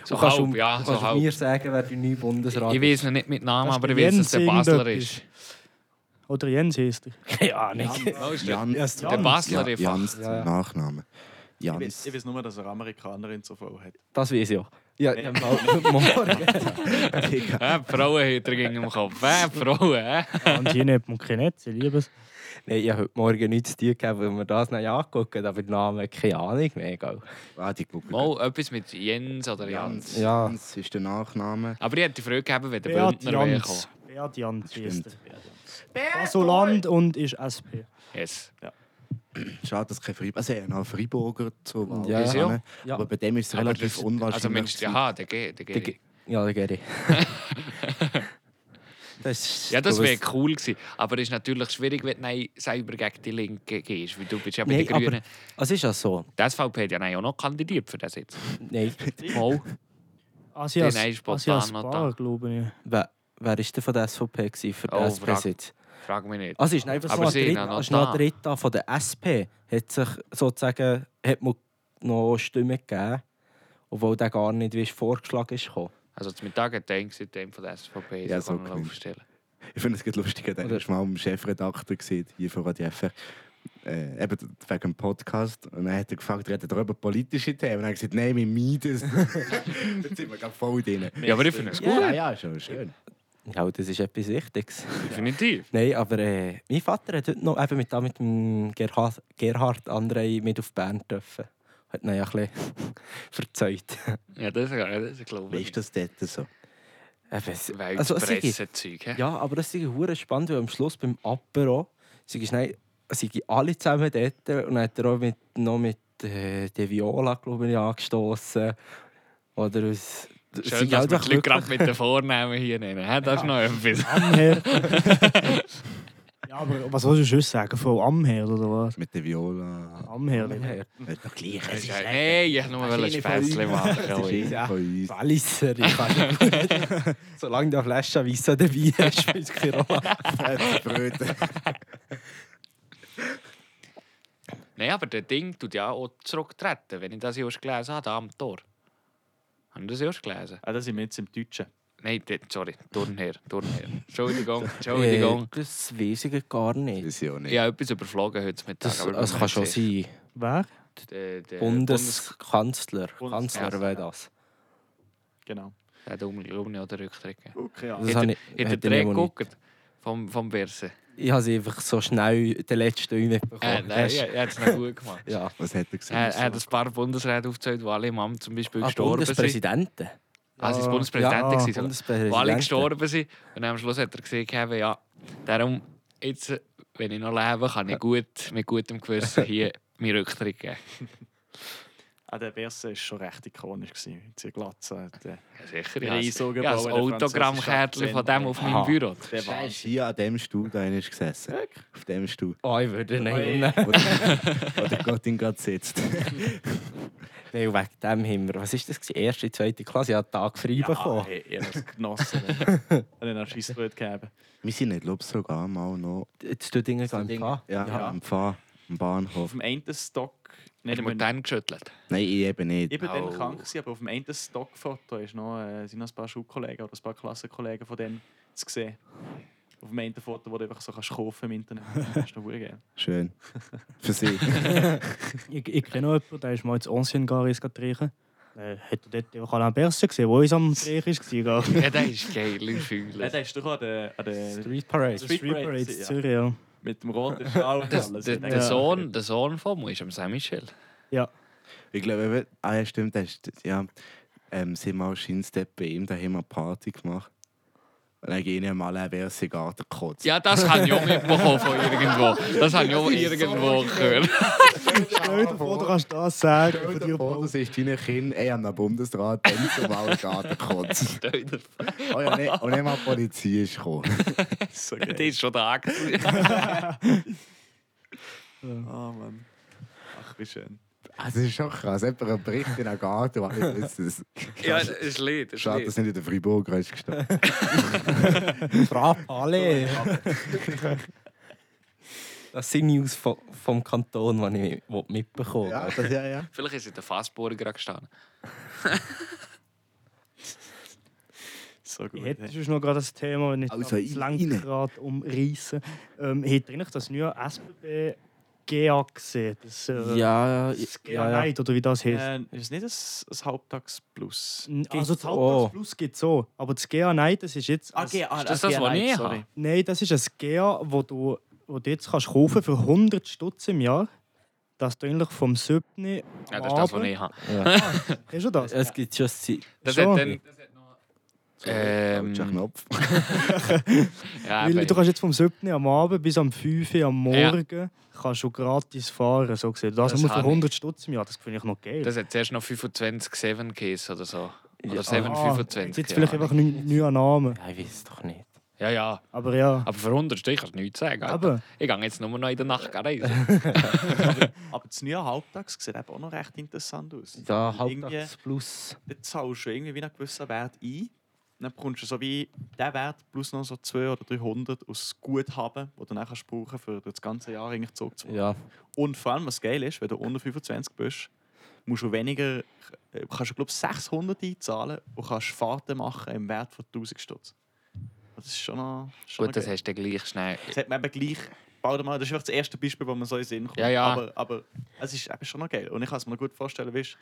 C: So
F: Du kannst
C: halb,
F: um-
C: ja,
F: du
C: so
F: kannst
C: halb.
F: mir sagen, wer der neue Bundesrat
C: Ich weiß noch nicht mit Namen,
D: Das
C: aber ich
D: ist
C: weiß, dass er
D: Jens
C: Basler
D: irgendetwas.
C: ist.
D: Oder Jens heisst er.
F: Keine Ahnung.
C: Weißt du,
G: Jan,
D: Erst
C: Der Basler
G: ja,
C: einfach.
G: Jans
F: Ja, ja.
G: Nachname.
E: Ich
G: Jans.
E: weiß, ich weiß nur, dass er Amerikanerin zur Frau hat.
F: Das weiß ich auch. Ja, in dem Fall heute Morgen.
C: Hä, die Frauen hat er gegen im Kopf. Hä, die Frauen, hä?
D: Und hier nicht, man kennt nicht, sie lieben es.
F: Nein, ich habe heute Morgen nichts zu tun gehabt, weil wir das nicht angeguckt haben, aber den Namen, keine Ahnung mehr. Gell?
G: Warte, ich gucke.
C: Mal etwas mit Jens oder Jans.
G: Jans.
F: Ja.
G: Jans ist der Nachname.
C: Aber ich hätte die Frage gegeben, wenn der
D: Beat
C: Bündner wäre
D: Jans.
C: gekommen.
D: Beat Jans heisst
G: Stimmt.
D: er. Basoland und ist SP.
C: Yes.
G: Schade, dass kein Freiburger. Also, er hat noch einen Freiburger zur Wahl.
F: Ja,
C: ja.
G: genommen.
F: Ja.
G: Aber bei dem ist es
C: Aber
G: relativ
C: das-
G: unwahrscheinlich.
C: Also meinst du,
G: gewesen.
C: aha, der geht, der
F: Der Ge-
C: geht.
F: Ja, der Geri. das ist,
C: Ja, das
F: du
C: wäre
F: weißt-
C: cool gewesen. Aber es ist natürlich schwierig, wenn du nein selber gegen die Linke gehst, weil du bist ja bei
F: Nein,
C: den Grünen.
F: aber es ist ja so.
C: Die SVP hat ja nein auch noch kandidiert für das jetzt.
F: Nein,
C: Mal.
D: Asias,
C: Den einen spontan
D: Asias
C: noch
D: Bar, glaube ich.
F: wer, wer ist denn von der SVP gewesen für die
C: Oh,
F: SP
C: frag-
F: sitz?
C: Frag mich nicht.
F: Also ist einfach
C: Aber
F: so
C: sie sind
F: ein
C: ja
F: Drittel,
C: noch
F: ist noch
C: da.
F: ein Drittel von der SP hat sich sozusagen hat man noch Stimmen gegeben, obwohl der gar nicht wie es vorgeschlagen ist. gekommen.
C: Also zum Mittag hat der eine gesagt, dem von der SVP.
G: Ja,
C: Ja, so
G: so
C: kann man
G: gemeint.
C: aufstellen.
G: Ich finde es gerade lustig, ich
F: Oder-
G: habe mal am Chefredakteur gesehen, hier vor Radio FR. Äh, eben wegen dem Podcast. Und dann hat er gefragt, redet ihr über politische Themen? Und er hat gesagt, nein, wir meiden es. Jetzt sind wir gerade voll drin.
C: Ja, aber ich finde es gut.
G: Ja, ja, schon schön.
F: Ja, das ist etwas Wichtiges.
C: Definitiv.
F: Nein, aber äh, mein Vater hat heute noch eben mit, da mit dem Gerhard, Gerhard André mit auf Bern dürfen. Hat ihn ja ein bisschen verzeugt.
C: Ja, das, ja, das glaube
G: Wie
C: ich.
G: ist das dort so?
F: Eben, es- also, es sei-
C: Weltpressezeug. hä?
F: Ja, aber es ist hure spannend, weil am Schluss beim Apero sind schnell sind alle zusammen dort und dann hat er auch mit, noch mit äh, der Viola, glaube ich, angestoßen. Oder aus.
C: Schön,
F: sind
C: dass wir
F: einfach
C: die Leute
F: wirklich-
C: gerade mit den Vornamen hier nennen. hä? Das ist noch etwas.
D: Amher. ja, aber was sollst du sonst sagen? Frau Amher oder was?
G: Mit der Viola.
D: Amher.
F: Ja,
G: Hat noch gleich.
C: Das
G: Es
C: ist-
G: ist
C: Hey, ich wollte nur ein Spätzle
G: Das ist
C: machen.
G: Oh, ja. von uns.
F: Walliser, ich kann nicht gut. Solange du eine Flasche Weisse dabei hast, spielt es keine Rolle.
G: Bröte.
C: Nein, aber der Ding tut ja auch zurücktreten, wenn ich das erst gelesen habe, da am Tor. Haben das erst gelesen?
E: Ah, das sind wir jetzt im Deutschen.
C: Nein, de, sorry, Turnher, Turnher. Entschuldigung, Entschuldigung.
F: Äh, das weiß ich gar
G: Das
F: nicht.
G: ist ja auch nicht.
C: Ich habe etwas überflogen heute Mittag.
F: Das,
C: aber äh,
F: das
C: wir
F: kann
C: haben
F: schon
C: gesehen.
F: sein.
D: Wer?
C: Der, der Bundes...
F: Bundeskanzler. Kanzler
C: Bundeskanzler.
F: wäre das.
E: Genau.
C: Der hat unbedingt auch den Rücktritt gegeben.
E: Okay,
D: also-
E: ja.
F: Das
C: Hat er-
F: habe ich-
C: Hat er
F: hätte ich
C: Dreh
F: noch nie-
C: geguckt? Vom, vom Berse.
F: Ich habe sie einfach so schnell den letzten Ü mitbekommen.
C: Äh, nein,
F: Hast-
C: er, er hat es noch gut gemacht.
F: ja.
G: Was hat er
C: Er, er hat
G: gesagt?
C: ein paar Bundesräte aufgezählt, die alle im Amt zum Beispiel
F: Ah,
C: gestorben sind.
F: Bundespräsidenten.
C: Ah, sie
D: Ja,
C: waren Bundespräsidenten.
D: ja,
C: gewesen, so.
F: Bundespräsidenten.
C: wo alle gestorben sind. Und am Schluss hat er gesehen, Kevin, ja, darum, jetzt, äh, wenn ich noch lebe, kann ich gut, mit gutem Gewissen hier meinen Rücktritt geben.
E: Ah, der Verse war schon recht ikonisch. gewesen. Mit seiner Glatze. Der,
C: Ja, sicher,
E: Ja,
C: ich
E: so
C: habe
E: gebaut,
C: das
E: der
C: Autogrammkärtchen
E: französische
C: von dem auf meinem
F: Aha.
C: Büro.
E: der
G: Er ist
E: Wahnsinn.
G: hier an dem Stuhl da ist gesessen. Auf dem Stuhl.
F: Oh, ich würde ihn
E: Oi.
F: nehmen.
G: Wo der, wo der Gott ihn gerade sitzt.
F: Nein, wegen dem haben wir, was ist das? gewesen? Erste, zweite Klasse, ich habe einen Tag frei
E: Ja,
F: bekommen.
E: hey, ich habe es genossen. Hat er noch Scheissbrot gegeben?
G: Wir sind nicht, glaube ich, sogar mal noch
F: Jetzt tut Dinge gar nicht an.
G: ja, am Fahr, am
E: Auf
G: Bahnhof.
E: dem einen Stock. Nicht
C: Hat mir
E: einmal-
C: dann geschüttelt.
G: Nein, ich eben nicht.
E: ich bin dann
C: Oh.
E: krank, gewesen, aber auf dem einen Stockfoto ist noch, äh, sind noch ein paar Schulkollegen oder ein paar Klassenkollegen von denen zu sehen. Auf dem einen Foto, wo du einfach so kannst kaufen im Internet. Das ist noch gut, gell?
G: Schön. Für sie.
D: Ich, ich kenne noch jemanden, der ist mal ins Ancien Garis getreten. Äh, hat er dort auch Alain Berset gesehen, der uns am Dreck war? gell?
C: Ja, das ist geil, ich fühle
E: Ja,
C: es.
E: der ist doch auch an der, an der
F: Street Parade.
E: Das
D: Street
E: Street
D: Parade in
E: Parade, ja.
D: Zürich, ja.
E: mit dem roten Schal und
C: Das,
E: alles.
C: der, der,
D: Ja.
C: Sohn, der Sohn von mir ist am Sam Michel.
G: Ich glaube, eben- ah ja, stimmt, das ist, ja, ähm, sind wir auch Shinstep bei ihm, da haben wir eine Party gemacht. Und dann gehen wir mal einen Versegarten kotzen.
C: Ja, das habe ich auch mitbekommen von irgendwo. Das habe ich auch irgendwo gehört.
D: Stell dir vor, du kannst das sagen.
G: Stell
D: von
G: dir
D: dir
G: vor, das ist deine Kinder eher an den Bundesrat, dann zum Wahlgarten kotzen.
C: Stell dir vor,
G: Oh ja, nee, und dann mal die Polizei ist gekommen.
E: so
C: Das ist schon da.
E: Oh Mann. Ach, wie schön.
G: Also, das ist schon krass. Jemand bricht in einen Garten und alle wissen es.
C: Ja, es ist Lied. es
G: Schade,
C: ist
G: dass nicht in der Freiburger ist gestanden.
F: Frapp alle! Das sind News vom, vom Kanton, die ich mi- mitbekomme.
G: Ja, das, ja, ja.
C: Vielleicht ist es der Fassbohrer gerade gestanden.
E: So gut.
D: Ich
E: hey.
D: hätte sonst noch gerade das Thema, wenn ich
G: Also,
D: das
G: ich-
D: Lenkrad umreißen. Ähm, hätte ich das neue SBB GA gesehen? Das, äh,
F: ja,
D: das GA
F: ja, ja.
D: Night, oder wie das heißt?
E: Äh, ist es nicht ein, ein Halbtagsplus?
D: also, das
F: oh.
D: Hauptplatz Plus gibt es so. Aber das GA Night, das ist jetzt. ein-
E: ah,
C: das das, was ich habe?
D: Nein, das ist ein GA, wo du, wo du jetzt kannst kaufen für 100 Stutz im Jahr. Das ist eigentlich vom 7.
C: Ja, das ist das, was ich habe.
D: Hast du das?
F: Es gibt schon Zeit.
C: Das
D: Schon.
C: hat dann. Ähm,
G: Falscher Knopf.
C: ja,
D: Weil
C: eben.
D: du kannst jetzt vom 7. am Abend bis am 5. Uhr am
C: Ja.
D: Morgen kannst du gratis fahren. So gesehen. Das,
C: Das
D: nur für
C: habe ich.
D: 100 Stutz im Jahr, das finde ich noch geil.
C: das hat zuerst noch 25 7 Käse oder so. Oder
F: Ja.
C: 7,
D: Ah,
C: 25.
D: Jetzt
C: ja.
D: vielleicht einfach ein neuer Name.
F: Ja, ich weiß es doch nicht.
C: Ja, ja.
D: Aber ja,
C: Aber für 100 Stück kannst du nichts sagen. Alter.
D: aber
C: Ich gehe jetzt nur noch in der Nacht reisen.
E: Aber das neue Halbtags sieht eben auch noch recht interessant aus.
F: Da
E: Irgendwie-
F: Halbtags plus.
E: Dann zahlst du irgendwie wie einen gewissen Wert ein. Dann bekommst du so wie diesen Wert plus noch so 200 oder 300 aus Guthaben, das du dann kannst brauchen für das ganze Jahr eigentlich zurückzuholen.
F: Ja.
E: Und vor allem, was geil ist, wenn du unter 25 bist, musst du weniger, äh, kannst du glaube ich 600 einzahlen und kannst Fahrten machen im Wert von 1000 Stutz. Das ist schon noch, schon
C: Gut,
E: noch
C: das hast du dann gleich schnell.
E: Das hat man eben gleich. Bald mal, das ist einfach das erste Beispiel, wo man so in den Sinn kommt.
C: Ja, ja.
E: Aber, aber es ist eben schon noch geil. Und ich kann es mir noch gut vorstellen, weißt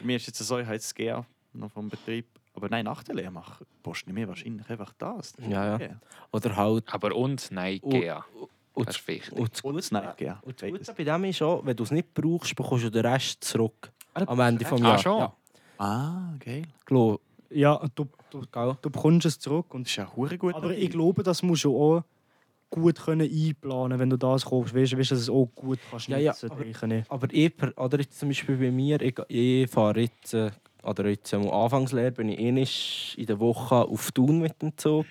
E: du, mir ist jetzt so, ich habe jetzt GA noch vom Betrieb. Aber nein, nach der Lehre machen, post nicht mehr wahrscheinlich einfach das. das ist
F: Ja, ja.
E: geil.
F: Oder halt.
C: Aber und nein,
F: Und-
C: gehen.
F: Und
C: Das ist wichtig.
F: Und das
E: Und
F: Gute,
E: das Nein, ja.
F: und das
E: Beides.
F: Gute bei dem ist auch, wenn du es nicht brauchst, bekommst du den Rest zurück.
E: Ah,
F: Am Ende vom
C: Ah,
F: Jahr.
C: schon?
F: Ja,
E: Ah, geil.
F: glaub,
D: ja, du, du,
F: Gell?
D: du bekommst es zurück. Und
E: Das ist ja hure gut.
D: Aber ich glaube, das musst du auch gut können einplanen wenn du das kaufst. Weißt du, weißt du, dass du es auch gut kannst
F: Ja, ja,
D: nutzen
F: aber-
D: kannst.
F: Aber ich, per- oder jetzt zum Beispiel bei mir, ich, ich fahre jetzt, äh, oder jetzt am Anfangslehre, bin ich einmal in der Woche auf Thun mit dem Zug.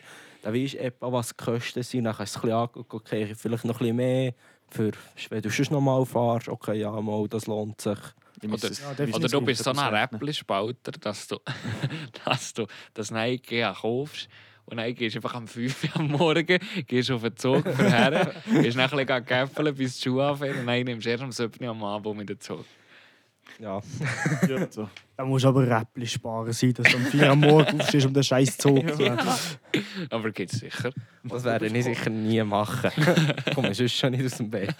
F: Dann weisst du etwa, was die Kosten sind. Dann kannst du es ein bisschen angucken, okay, vielleicht noch ein bisschen mehr. Für, wenn du sonst noch mal fährst, okay, ja, mal, das lohnt sich.
E: Ich muss
C: Oder-
E: es-
D: Ja, definitiv.
C: Oder du bist so ein
E: Ja.
C: Räppelspalter, dass du, dass du das Nike kaufst. Und dann gehst du einfach am 5 Uhr am Morgen, gehst auf den Zug vorher, gehst dann ein bisschen kämpfen, bis die Schuhe anfangen. Und dann nimmst du erst am 7 Uhr am Abend mit den Zug.
F: Ja.
E: Ja, so.
D: Da musst du aber Räppchen sparen sein, dass du am 4 Uhr am Morgen aufstehst, um den scheiß Zug zu nehmen.
C: Aber geht sicher.
F: Das werde ich sicher nie machen. Komm, ich sonst schon nicht aus dem Bett.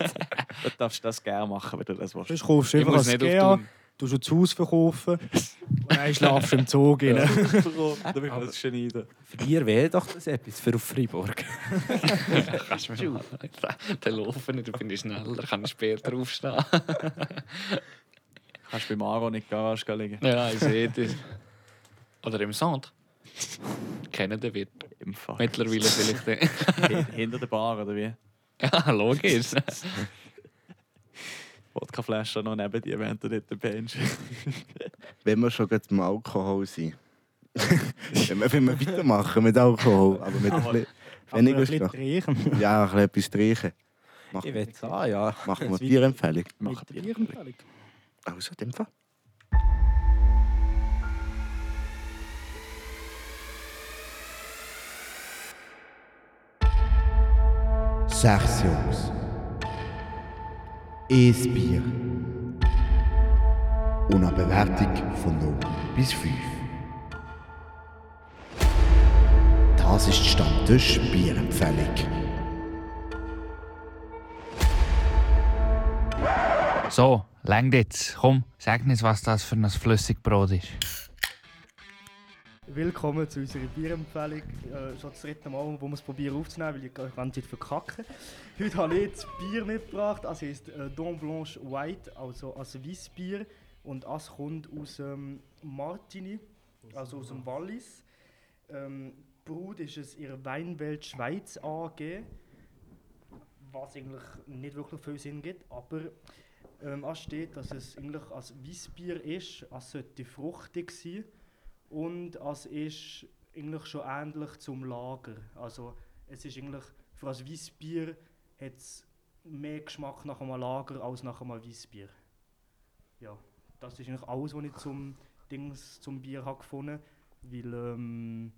E: Du darfst das gerne machen, wenn du das willst.
D: Sonst kaufst du
C: Ich
D: einfach
C: muss
D: als
C: nicht
D: GA,
C: auf Thun.
D: du das Haus verkaufen und dann schlafst du im Zug rein.
E: Da bin ich das schneiden.
F: Für dir wäre doch das etwas, für auf Freiburg.
C: Kannst du mir mal- Dann laufen nicht, dann bin ich schneller, kann ich später aufstehen.
E: Kannst du beim Aaron in die Garage legen.
C: Ja, ich sehe das. Oder im Sand. Kennen den wird
E: Im Fall.
C: mittlerweile vielleicht. nicht.
E: Hinter der Bar, oder wie?
C: ja, logisch.
E: Wodkaflasche noch neben dir, während du nicht der Bench.
G: Wenn wir schon gerade beim Alkohol sind. wenn, wir, wenn wir weitermachen mit Alkohol, aber mit
E: Aber-
G: ein bisschen
D: Aber ein
G: weniger
D: bisschen
G: Stoff.
D: trinken.
G: Ja, ein bisschen etwas trinken. Mach,
F: Ich will ah, ja.
G: machen wir dir Empfehlung.
E: Mach
D: Mit der Bierempfehlung.
G: Also, in dem Fall.
H: Sechs Jungs. Ein Bier. Und eine Bewertung von 0 bis 5. Das ist die Stammtisch Bierempfehlung.
I: So, längt jetzt. Komm, sag uns, was das für ein Flüssigbrot ist.
D: Willkommen zu unserer Bierempfehlung. Äh, schon das dritte Mal, wo wir es probieren aufzunehmen, weil ich die ganze Zeit verkacke. Heute habe ich das Bier mitgebracht. Es heisst äh, Don Blanche White, also als Weissbier. Und es kommt aus ähm, Martini, also aus dem Wallis. Ähm, Brut ist es ihre Weinwelt Schweiz AG, was eigentlich nicht wirklich viel Sinn gibt, aber ähm, es steht, dass es eigentlich als Weissbier ist, es sollte fruchtig sein. Und es ist eigentlich schon ähnlich zum Lager. Also es ist eigentlich für ein Weissbier hat es mehr Geschmack nach einem Lager als nach einem Weissbier. Ja, das ist eigentlich alles, was ich zum, Dings, zum Bier habe gefunden habe, weil ähm,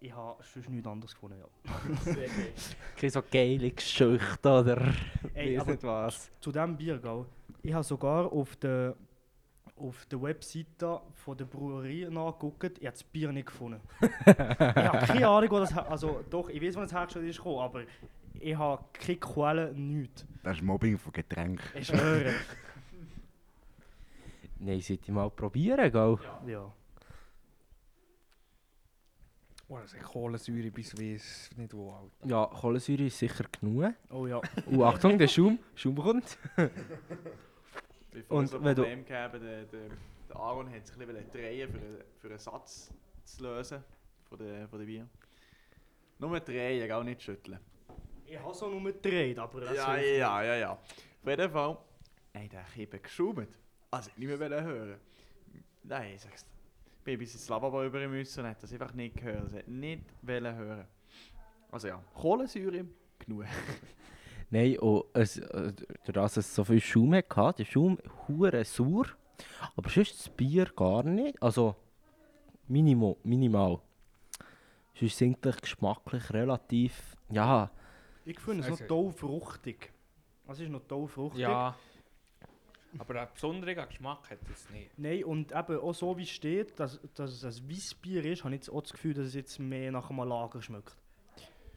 D: ich habe sonst nichts anderes gefunden. Ja.
F: Keine so geile Geschichte oder
D: Ey,
F: weiss
D: aber
F: nicht was.
D: zu diesem Bier, gell? ich habe sogar auf der, auf der Webseite von der Brauerei nachgeguckt, ich habe das Bier nicht gefunden. ich habe keine Ahnung, wo das her- Also doch, ich weiß, wo das hergestellt ist, gekommen, aber ich habe keine Quellen, nichts.
G: Das ist Mobbing von Getränken.
D: Ich schwöre.
F: Nein, sollte ich mal probieren, gell?
D: ja.
I: Oh, das ist Kohlensäure bis weiss nicht wo. Alter.
F: Ja, Kohlensäure ist sicher genug.
D: Oh ja.
F: Und Achtung, der Schaum, Schaum kommt.
E: Bevor
F: Und
E: es ein
F: wenn du-
E: Problem gegeben, der, der, der Aaron hat sich ein bisschen drehen für, einen- für einen Satz zu lösen von der, von der Bier. Nur drehen, auch nicht schütteln.
D: Ich habe es auch nur gedreht, aber das
E: Ja,
D: hilft
E: ja, ja, ja. Auf jeden Fall. Nein, der hat eben geschaumt. Also, ich nicht mehr hören. Nein, ich sag's. Ich bin bis ins Labor über müssen und hat das einfach nicht gehört. Er hat nicht wollen hören. Also ja, Kohlensäure, genug.
F: Nein, und es, äh, durch das es so viel Schaum hatte, der Schaum hure sauer. Aber sonst das Bier gar nicht. Also minimo, minimal. Sonst sind eigentlich geschmacklich relativ. Ja,
D: Ich finde es noch toll fruchtig. Es ist noch toll fruchtig.
I: Ja. Aber einen besonderen Geschmack hat es nicht.
D: Nein, und eben auch so wie es steht, dass, dass es ein Weissbier ist, habe ich jetzt auch das Gefühl, dass es jetzt mehr nach einem Lager schmeckt.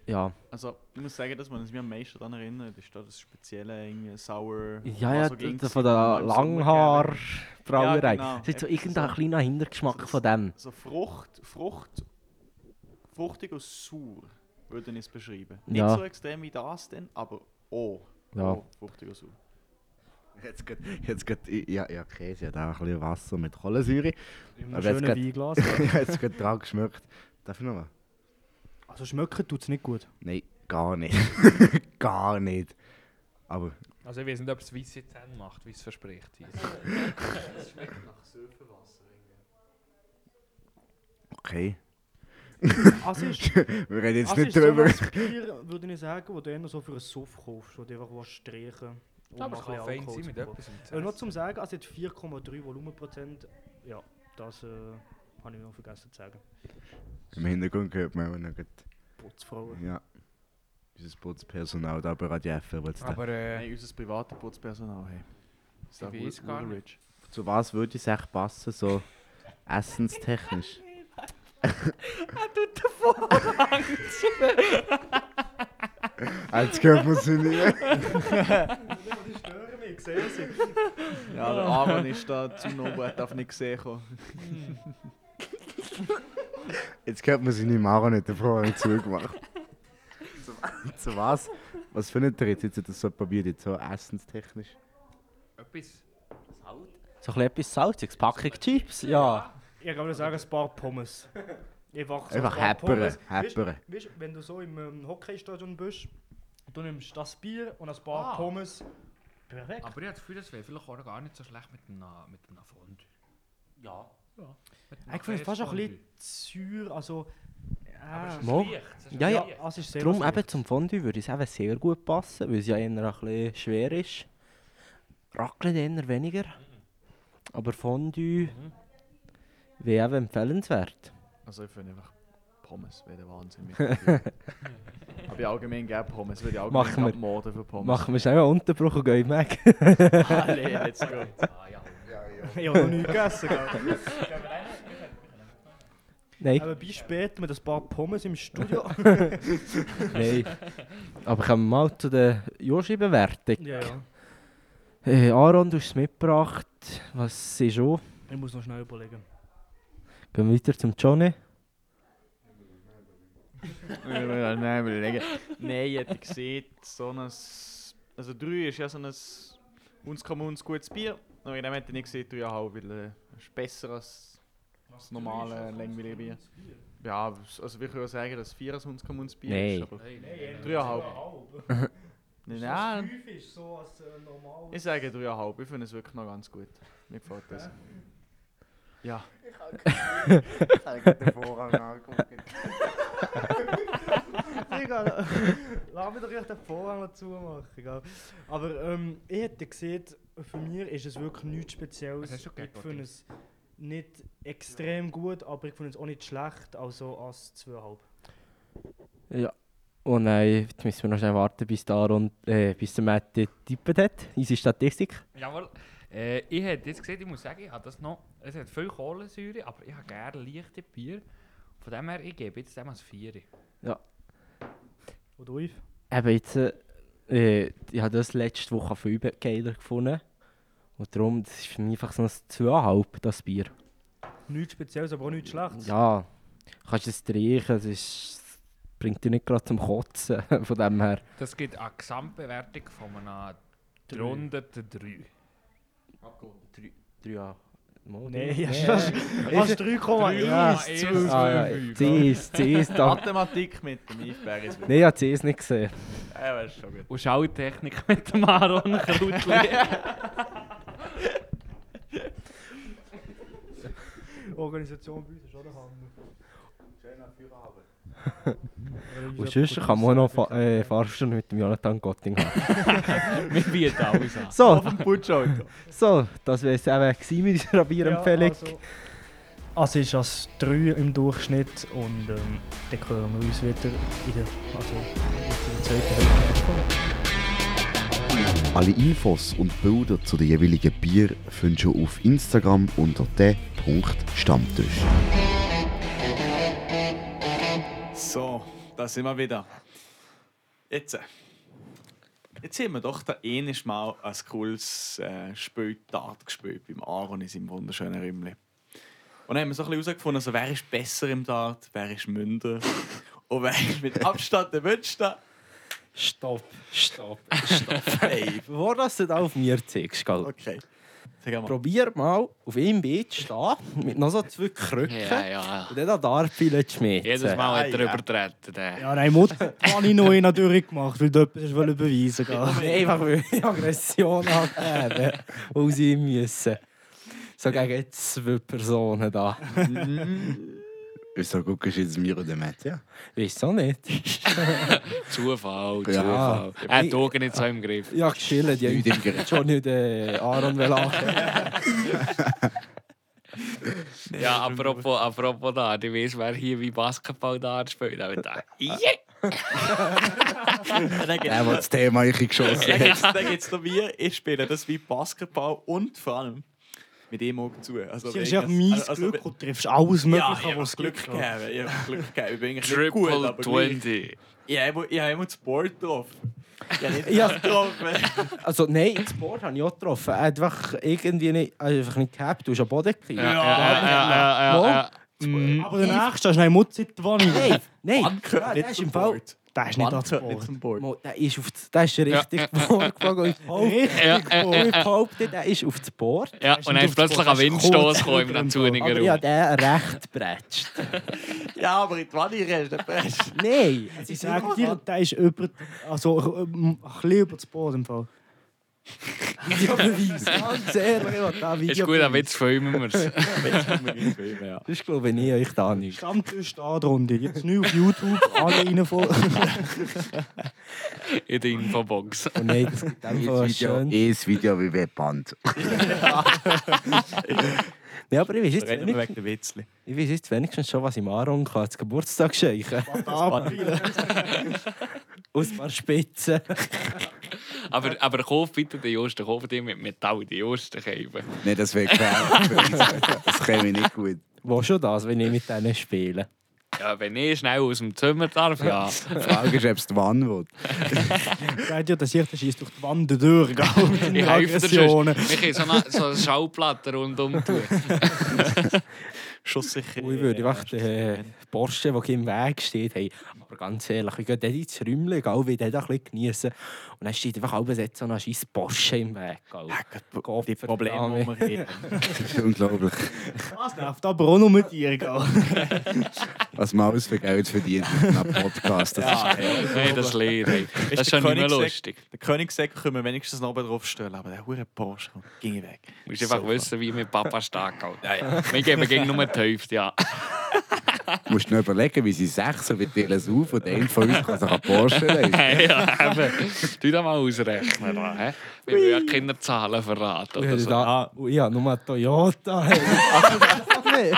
F: ja.
E: Also, ich muss sagen, dass man es mir am meisten daran erinnert, ist da das spezielle irgendwie Sour.
F: Ja, ja,
E: was so
F: d-
E: ging,
F: d- von
E: das man
F: der
E: Also im Sommer gerne-
F: Langhaar-Brauerei.
E: Ja, genau.
F: Es ist so
E: Etwas
F: irgendein
E: so.
F: kleiner Hintergeschmack von dem.
E: So Also, Frucht, Frucht, fruchtig und sauer, würde ich es beschreiben.
F: Ja.
E: Nicht so extrem wie das denn, aber auch.
F: Ja.
E: Auch fruchtig und sauer.
G: Jetzt geht, jetzt geht, ja, ja, Käse hat auch ein bisschen Wasser mit Kohlensäure.
D: Im
G: Aber jetzt
D: schönen
G: grad-
D: Weinglas.
G: jetzt geht dran geschmeckt. Darf ich nochmal?
D: Also schmecken tut es nicht gut.
G: Nein, gar nicht. gar nicht. Aber
I: Also ich weiß nicht, ob es weiße Zähne macht, wie es verspricht.
G: okay.
D: Es ist,
G: Wir reden jetzt
D: es
G: nicht
D: ist
G: drüber.
D: so ein Bier, würde ich sagen, wo du eher so für einen Suff kaufst, wo du einfach was streichen und
I: Aber
D: noch
I: es
D: ein
I: kann fein sein
D: bisschen
I: mit
D: Alkohol
I: etwas im
D: zu- Äh, Nur
I: Zähne.
D: zum Sagen, es hat 4,3 Volumenprozent. Ja, das äh, habe ich noch vergessen zu sagen.
G: Im Hintergrund hört man auch noch. gut.
D: Putzfrauen.
G: Ja. Unser Putzpersonal da bei Radio F. wollt's da-
I: Aber äh,
E: Nein, unser privates Putzpersonal hey. Ist
I: Ich weiß gar nicht.
E: rich.
G: Zu was würde es echt passen, so essenstechnisch? er tut den Vorhang Jetzt gehört man sie nicht.
D: Die stören mich, sehen sie.
E: Ja, der Aaron ist da zu Nobu, hat darf nicht gesehen kommen.
G: Jetzt gehört man sie nicht machen, nicht den Vorhang zugemacht. zu, zu was? Was findet ihr jetzt, jetzt das so probiert, jetzt so essenstechnisch?
I: etwas.
F: So ein bisschen etwas Salziges, Packung Chips, ja.
D: Ich kann nur sagen, ein paar Pommes. Einfach, so
G: Einfach
D: ein paar
G: häppere,
D: Pommes. Weisst-
G: häppere.
D: weisst, wenn du so im ähm, Hockeystadion bist, du nimmst das Bier und ein paar
I: Ah.
D: Pommes. Perfekt.
I: Aber ich habe das Gefühl, das wäre vielleicht auch gar nicht so schlecht mit einem, mit einem Fondue.
F: Ja.
I: ja. Mit einem
D: Ich finde es fast auch ein
I: Käsefondue.
D: bisschen zu also...
I: Aber
D: Äh,
I: es
F: Mo.
I: ist leicht. es ist
F: Ja, ja.
I: leicht.
D: es ist sehr
F: Darum
D: lustig.
F: eben zum Fondue würde es eben sehr gut passen, weil es ja eher ein bisschen schwer ist. Raclette eher weniger. Aber Fondue wäre eben empfehlenswert.
E: Also ich finde einfach Pommes wäre der Wahnsinn. Mit dem Bier. Aber ich allgemein gerne Pommes, würde ich allgemein
F: Machen wir.
E: gerne morden für Pommes.
F: Machen wir schnell einen Unterbruch und gehen weg.
E: Alle, let's go.
D: Ich habe noch nichts gegessen, gell?
F: Nein,
D: Aber bis spät mit ein paar Pommes im Studio.
F: nein. Aber kommen wir mal zu der Joschi-Bewertung.
D: ja, ja.
F: Äh, Aaron, du hast es mitgebracht. Was ist auch?
D: Ich muss noch schnell überlegen.
F: Gehen wir weiter zum Johnny.
E: Nein, überlegen. Nein, ich hätte gesehen, so ein. Also 3 ist ja so ein uns kann uns gutes Bier. Aber in dem hätte ich nicht gesehen 3,5, weil äh, es ist besser als das normale langweilige Bier. Ja, also wir können ja sagen, dass 4 ein uns kann uns Bier
F: Nein.
E: ist. aber 3,5. Nein,
D: ist so als äh, normal.
E: ich sage 3,5. Ich finde es wirklich noch ganz gut. Mir gefällt das. Ja.
G: Ich habe den Vorhang angeguckt.
D: Egal, lass mich doch echt den Vorhang zumachen. Gell? Aber ähm, ich hätte gesehen, für mich ist es wirklich nichts Spezielles.
I: Was hast du gegeben,
D: ich finde es nicht extrem gut, aber ich finde es auch nicht schlecht, also als 2,5.
F: Oh nein, jetzt müssen wir noch schnell warten, bis der, Aaron, äh, bis der Matt getippt hat. Unsere Statistik.
I: Jawohl. Äh, ich hätte jetzt gesehen, ich muss sagen, ich habe das noch. Es hat viel Kohlensäure, aber ich habe gerne leichte Bier. Von dem her, ich gebe jetzt dem als 4.
D: Und du, Yves?
F: Eben jetzt, äh, ich habe das letzte Woche auf übel geiler gefunden. Und darum, das ist für mich einfach so ein 2,5, das Bier.
D: Nichts Spezielles, aber auch nichts Schlechtes.
F: Ja, kannst es streichen, das ist, bringt dich nicht gerade zum Kotzen, von dem her.
I: Das gibt eine Gesamtbewertung von einer gerundeten 3.
F: 3 ja.
D: Nein, hast du hast du 3,1.
F: Ah, ja, C ist, C ist da.
E: Mathematik mit dem Yves Berries.
F: Nein, ich habe C ist nicht gesehen.
E: Ja, das ist schon gut.
C: Und Schautechnik mit dem Aaron Krutli.
D: Organisation bei uns ist auch noch Hammer.
F: Und sonst kann man auch noch Fa äh, Fahrstunde mit dem Jonathan Gotting haben.
C: Wir bieten alles an.
F: So,
E: Putschauto.
F: so, das wäre es auch gewesen mit unserer Bierempfehlung.
D: also, also ist das 3 im Durchschnitt und ähm, dann hören wir uns wieder in der, also in der zweiten Hälfte.
H: Alle Infos und Bilder zu den jeweiligen Bier findest du auf Instagram unter der.stammtisch.
E: So, da sind wir wieder. Jetzt. äh, Jetzt haben wir doch da ähnlich mal ein cooles äh, Spiel Dart gespielt beim Aaron in seinem wunderschönen Räumchen. Und dann haben wir so ein bisschen herausgefunden, also, wer ist besser im Dart, wer ist münder und wer ist mit Abstand der Wünschte.
F: Stopp, stopp.
E: Hey,
F: Bevor das du da auf mir zeigst, gell?
E: okay. Sag mal.
F: Probier mal auf einem Beet zu stehen, mit noch so zwei Krücken.
C: Ja, ja.
F: Und dann an der Arpile zu schmieden.
C: Jedes Mal hat er
E: Ja, ja.
C: übertreten. der.
D: Ja, nein, Mutter habe ich noch einen durchgemacht, weil du etwas wollte beweisen wolltest.
F: Nee, einfach weil ich Aggression angeben, weil sie müssen. So gegen jetzt zwei Personen da.
H: Wieso guckst du jetzt mir oder Matt? Ja.
F: Weißt du nicht?
C: Zufall,
H: Ja.
C: Zufall. Er hat die Augen nicht so im Griff.
F: Ja,
H: Nicht
F: geschillt. Ich
H: im Gerät.
F: schon nicht den Aaron lachen.
C: Ja, apropos, apropos da, du weißt, wer hier wie Basketball da spielt. Aber da, yeah.
H: Der, der das Thema ich geschossen hat.
E: Dann gibt es noch wir, ich spiele das wie Basketball und vor allem mit dem Auge zu. Also,
D: Das ist
E: wenn
D: echt mein
E: ich- also- also-
D: Glück und triffst alles
E: Ja,
D: Mögliche,
E: ich
D: was
E: habe
D: Glück
E: Glück
D: hat.
E: gehabt. Ich habe Glück gehabt. Ich bin eigentlich nicht gut,
C: Triple
E: aber gleich.
C: 20.
E: Ja, ich, ich habe immer das Board getroffen. Ich habe nicht
F: Ja.
E: das getroffen.
F: Also, nein, das Board habe ich auch getroffen. Einfach irgendwie nicht, einfach nicht gehabt. Du hast am Boden gekriegt.
C: Ja, ja, ja, ja, ja, ja.
D: Aber der nächste ist ein Mutz in die Wanne.
F: Nein, nein.
E: Man gehört
F: Ja,
E: nicht
F: der ist
E: zum
F: im Fall.
E: Board.
D: Der ist nicht
E: Man
D: ans
E: gehört nicht
D: Board.
E: zum Board.
F: Mo, Der ist, auf das, der ist richtig vorgefangen.
D: Richtig,
C: Ja, ja,
F: Ich behaupte, der ist auf das Board.
C: ja. Und dann ist plötzlich ein Windstoß gekommen im Lanzuniger
F: Aber ich habe
C: Raum.
F: den recht bretscht.
E: Ja, aber in die Wanne rennst du nicht fest.
F: Nein, es
D: Ich
F: ist
D: sag
F: nicht
D: dir, der ist über, also, ähm, ein bisschen über das Board im Fall.
F: Videobeweis. Ganz ehrlich, ich will da
C: Ist gut, aber jetzt filmen wir es.
F: Das glaube ich euch da nicht.
D: Stammtisch Startrunde. Jetzt neu auf YouTube, alle reinfolgen.
C: in der Infobox.
F: Und nein, das gibt
H: Jedes
F: einfach
H: Video,
F: schön.
H: jedes Video wie Webband.
F: Ja, aber ich weiß, jetzt
E: Reden wir wegen
F: wenigstens,
E: den Witzli.
F: ich weiß jetzt wenigstens schon, was ich Maron kann. Das Geburtstag scheichen. Aus ein paar Spitzen.
C: Aber, aber kauf bitte den Josten, kauf dir mit Metall die Josten geben.
H: Nein, das wäre gefährlich. für uns. Das käme nicht gut.
F: Wo schon das, wenn ich mit denen spiele?
C: Ja, wenn ich schnell aus dem Zimmer darf, ja.
G: Die Frage ist, ob es die Wanne will.
D: Sagt ihr, dass ich das schießt durch die Wand durch, gell? Mit
C: Ich
D: den
C: helfe dir schon.
D: Aggressionen.
C: Wir können so eine, so eine Schallplatte rundum tun.
E: Schusssicher.
F: Und ich würde einfach den Porsche, der im Weg steht, hey, aber ganz ehrlich, ich gehe dort ins Räumchen, gell, will dort ein bisschen geniessen. Und dann steht einfach alles jetzt so ein scheiß Porsche im Weg. Gell.
E: Gott, die Probleme, die wir haben.
G: Das ist unglaublich,
D: Das nervt aber auch nur mit dir, gell?
G: was man alles für Geld verdient mit einem Podcast. Das ist
C: Nein, das ist leer. ey. Das ist
E: der
C: schon nicht mehr
E: Königsegg-
C: lustig.
E: Der Königsegg können wir wenigstens noch oben drauf stellen, aber der hure Porsche komm, ging weg.
C: Du musst einfach wissen, wie mein Papa stark hält. Ja, ja. Wir geben gegen nur die Hälfte, ja.
G: Du musst noch überlegen, wie sie sechs und wir teilen es auf und einer von uns kann sich einen Porsche leisten.
C: Hey, ja, eben. Tu das mal ausrechnen. da, hä? Wir wollen ja keine Zahlen verraten.
F: Und
C: Oder
F: ich
C: so.
F: da,
E: ah.
F: oh, ja, nur ein Toyota. Hey.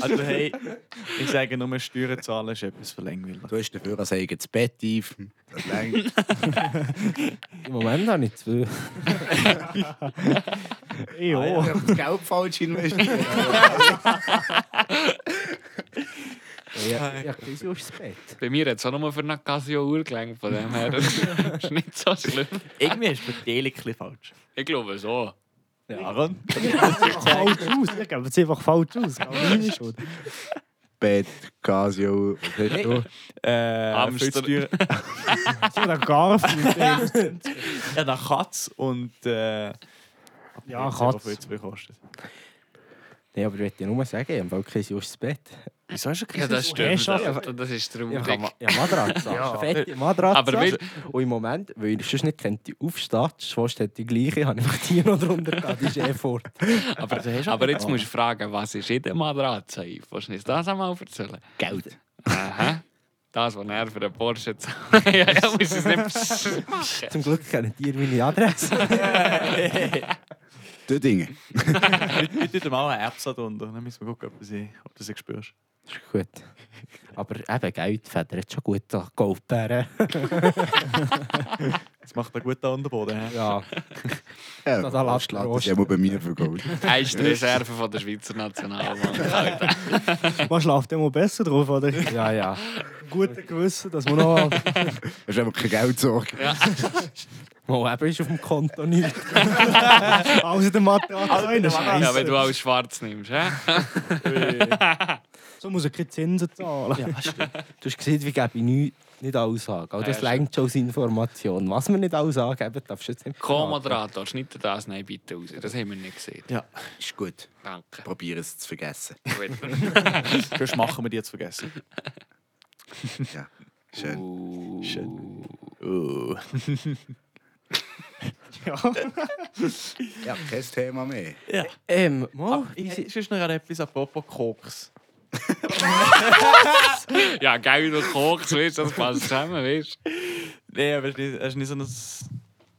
E: Also hey, ich sage nur, Steuern zahlen ist etwas für langweilig.
G: Du hast dafür ein eigenes Bett tief. Das reicht.
F: Im Moment habe ich zwei.
D: Ich auch.
G: Ich hab das Geld falsch investiert.
F: Ich habe kein Lust aufs Bett.
C: Bei mir hat es auch nur für eine Casio-Uhr gelangt, von dem her. Das ist nicht so schlimm.
E: Irgendwie ist die Verteilung ein bisschen falsch.
C: Ich glaube so.
E: Aaron?
D: Falsch aus. Ich gebe es einfach falsch aus. gell? Meine Schuld.
G: Bett, Casio, was hast du?
E: Äh,
C: Hamster.
E: für die Steuern-
D: So, der Garfield. ey.
E: Ja, eine Katze und... Äh,
D: Ja,
E: ich weiß nicht,
D: Katze.
E: wie viel zu viel kostet.
F: Nein, aber ich wollte dir nur sagen, ich habe kein Lust aufs Bett.
E: Wieso hast du
C: Ja, das
D: Woher
C: stimmt.
D: schafft-
C: Das, das ist
F: Ich
C: traurig.
F: habe eine Matratze.
D: Ja.
F: Eine fette Matratze.
C: Aber wir-
F: Und im Moment, weil ich sonst nicht könnte aufstehen, schwast hat die gleiche, habe ich einfach die noch drunter gehabt. Die ist eh fort.
C: Aber, aber jetzt musst du fragen, was ist in der Matratze? Yves? Willst du uns das einmal erzählen?
G: Geld.
C: Aha. Das, was er für den Porsche zahlt. ja, er muss es nicht machen.
F: Zum Glück kennt ihr meine Adresse.
G: Die Dinge.
E: Ich tue dir mal eine Erbsen drunter. Dann müssen wir gucken, ob du sie, ob du sie spürst.
F: ist gut. Aber eben, Geld federt schon gut an Goldbären.
E: Das macht einen guten Unterboden. hä?
F: Ja,
G: Ja,
F: Das Salat-
G: Schlag, das ist ja mal bei mir für Gold.
C: Er ist die Reserve von der Schweizer Nationalbank.
D: Man schläft immer besser drauf, oder?
F: ja, ja.
D: Gute Gewissen, dass man noch...
G: Hast du einfach kein Geld sorgen.
F: Mal eben ist auf dem Konto nichts.
D: Außer der Matratze. Eine
C: Ja, wenn
D: Scheiße.
C: du auch schwarz nimmst. hä?
D: So muss er keine Zinsen zahlen.
F: Du hast gesehen, wie gebe ich nichts. Nicht alles angeben. Das
C: Ja, ja,
F: lenkt schon aus Information. Was wir nicht alles angeben, darfst du jetzt nicht.
C: Komodrator, schneid das nein, bitte raus. Das haben wir nicht gesehen.
G: Ist gut.
C: Danke.
G: Probiere es zu vergessen.
C: Gut.
E: Sonst machen wir die jetzt vergessen.
G: Ja.
H: Oh.
G: Schön.
C: Uh,
E: Schön.
G: Ja, kein Thema mehr.
F: Ähm, mal,
E: Oh, ich hätte sonst noch gerade etwas apropos Koks.
C: Ja, Geld und Koks, weißt du, das passt zusammen, weißt du?
E: Nein, aber es ist nicht, es ist nicht so ein,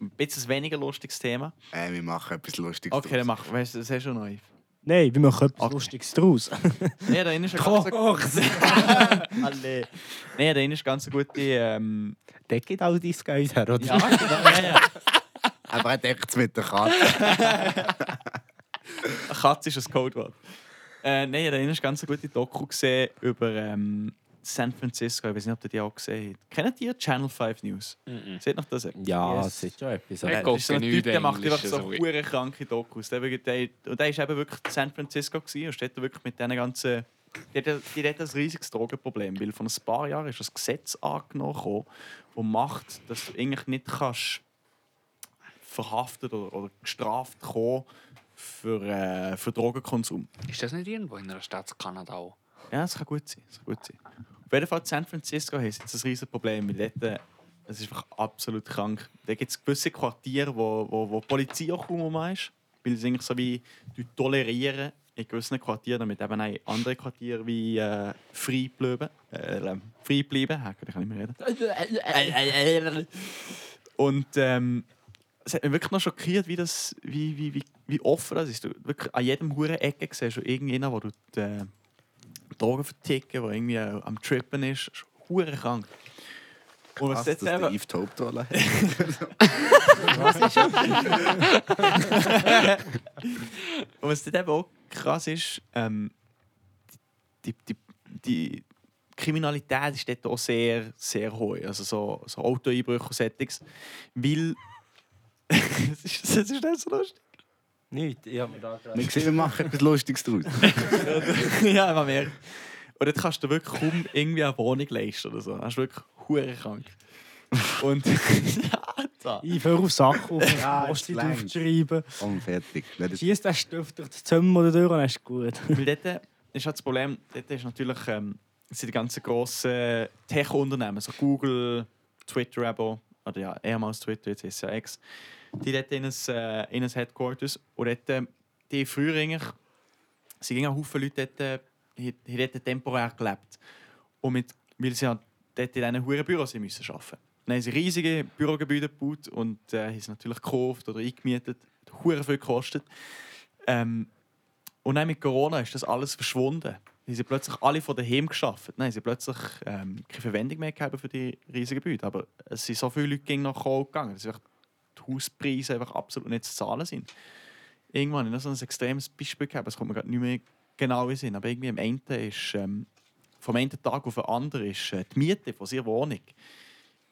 E: ein bisschen weniger lustiges Thema.
G: Äh, wir machen etwas Lustiges.
E: Okay, dann mach. Weißt du, das ist schon neu.
D: Nein, wir machen etwas
E: Okay.
D: Lustiges draus.
E: Nein, da innen ist eine ganz,
F: Kochs!
E: Alle. Nein, da innen ist ganz eine gute. Ähm,
F: Der gibt all dein Geld her, oder?
E: ja, ja, ja.
G: Aber er denkt es mit der Karte.
E: Eine Katze ist ein Codewort. Äh, nein, da innen ist ganz eine gute Doku gesehen über ähm, San Francisco. Ich weiß nicht, ob ihr die auch gesehen habt. Kennt ihr Channel 5 News? Seht noch das?
F: Ja,
E: Yes.
F: das ist schon etwas.
C: Hey,
E: Ja,
F: aber-
E: das ist so ein
C: gucke
E: Typ, der
C: nicht
E: macht einfach
C: Englisch,
E: so
C: sorry.
E: hure kranke Dokus. Der, wirklich- der, und der war eben wirklich in San Francisco gewesen und steht da wirklich mit diesen ganzen. Die, die, die hat ein riesiges Drogenproblem, weil vor ein paar Jahren ist ein Gesetz angenommen, worden, das macht, dass du eigentlich nicht kannst verhaftet oder, oder gestraft kommen für, äh, für Drogenkonsum.
C: Ist das nicht irgendwo in einer Stadt in Kanada auch?
E: Ja, das kann gut sein. Das kann gut sein. Auf jeden Fall, in San Francisco haben sie jetzt ein riesiges Problem, weil dort, äh, es ist einfach absolut krank. Da gibt es gewisse Quartiere, wo, wo, wo die Polizei auch kaum rum ist, weil sie eigentlich so wie die tolerieren in gewissen Quartieren, damit eben auch andere Quartiere wie äh, frei bleiben. Äh, äh, frei bleiben, ja, ich kann nicht mehr reden. Und ähm, es hat mich wirklich noch schockiert, wie, das, wie, wie, wie, wie offen das ist. Du wirklich an jedem huren Ecke siehst du irgendjemanden, der du äh, Drogen verticken, der irgendwie äh, am Trippen ist. Das ist hure krank. Und
G: Was
E: was
G: ist
E: jetzt
G: das? Der
E: eben...
G: Yves Taubtoller.
E: Und was dort eben auch krass ist, ähm, die, die, die Kriminalität ist dort auch sehr, sehr hoch. Also so, so Autoeinbrüche und Settings. Weil. Es ist, es ist nicht so lustig.
F: Nicht, ich habe mir da gerade.
H: Wir sehen, wir machen etwas Lustiges draus.
E: ja, man merkt. Und dort kannst du dir wirklich kaum irgendwie eine Wohnung leisten oder so. Das ist wirklich hure krank. Und. Alter.
D: Ich höre auf Sachen auf
H: Ja,
D: ja, Post
H: jetzt längst.
D: aufschreiben.
H: Und fertig. Nein, das-
D: Schießt den Stift durch das Zimmer oder durch und dann ist gut.
E: Weil dort ist halt das Problem, dort ist natürlich, ähm, sind die ganzen grossen Tech-Unternehmen, so Google, Twitter, Apple, oder ja, ehemals Twitter, jetzt ist es ja X, die dort in ein, äh, in ein Headquarters und dort, ähm, die früher eigentlich, sie gingen Haufen Leute dort, äh, haben- haben dort temporär gelebt. Und mit, weil sie halt dort in diesen hohen Büros haben müssen arbeiten. Dann haben sie riesige Bürogebäude gebaut und äh, haben sie natürlich gekauft oder eingemietet. Hat hure viel gekostet. Ähm, und dann mit Corona ist das alles verschwunden. Dann haben sie plötzlich alle von daheim geschafft. Dann haben sie plötzlich ähm, keine Verwendung mehr gehabt für die riesigen Gebäude. Aber es sind so viele Leute gegen nach Kohl gegangen, dass einfach die Hauspreise einfach absolut nicht zu zahlen sind. Irgendwann habe ich noch so ein extremes Beispiel gehabt, das kommt mir gerade nicht mehr genau in den Sinn. Aber irgendwie am Ende ist, ähm, vom einen Tag auf den anderen ist äh, die Miete von ihrer Wohnung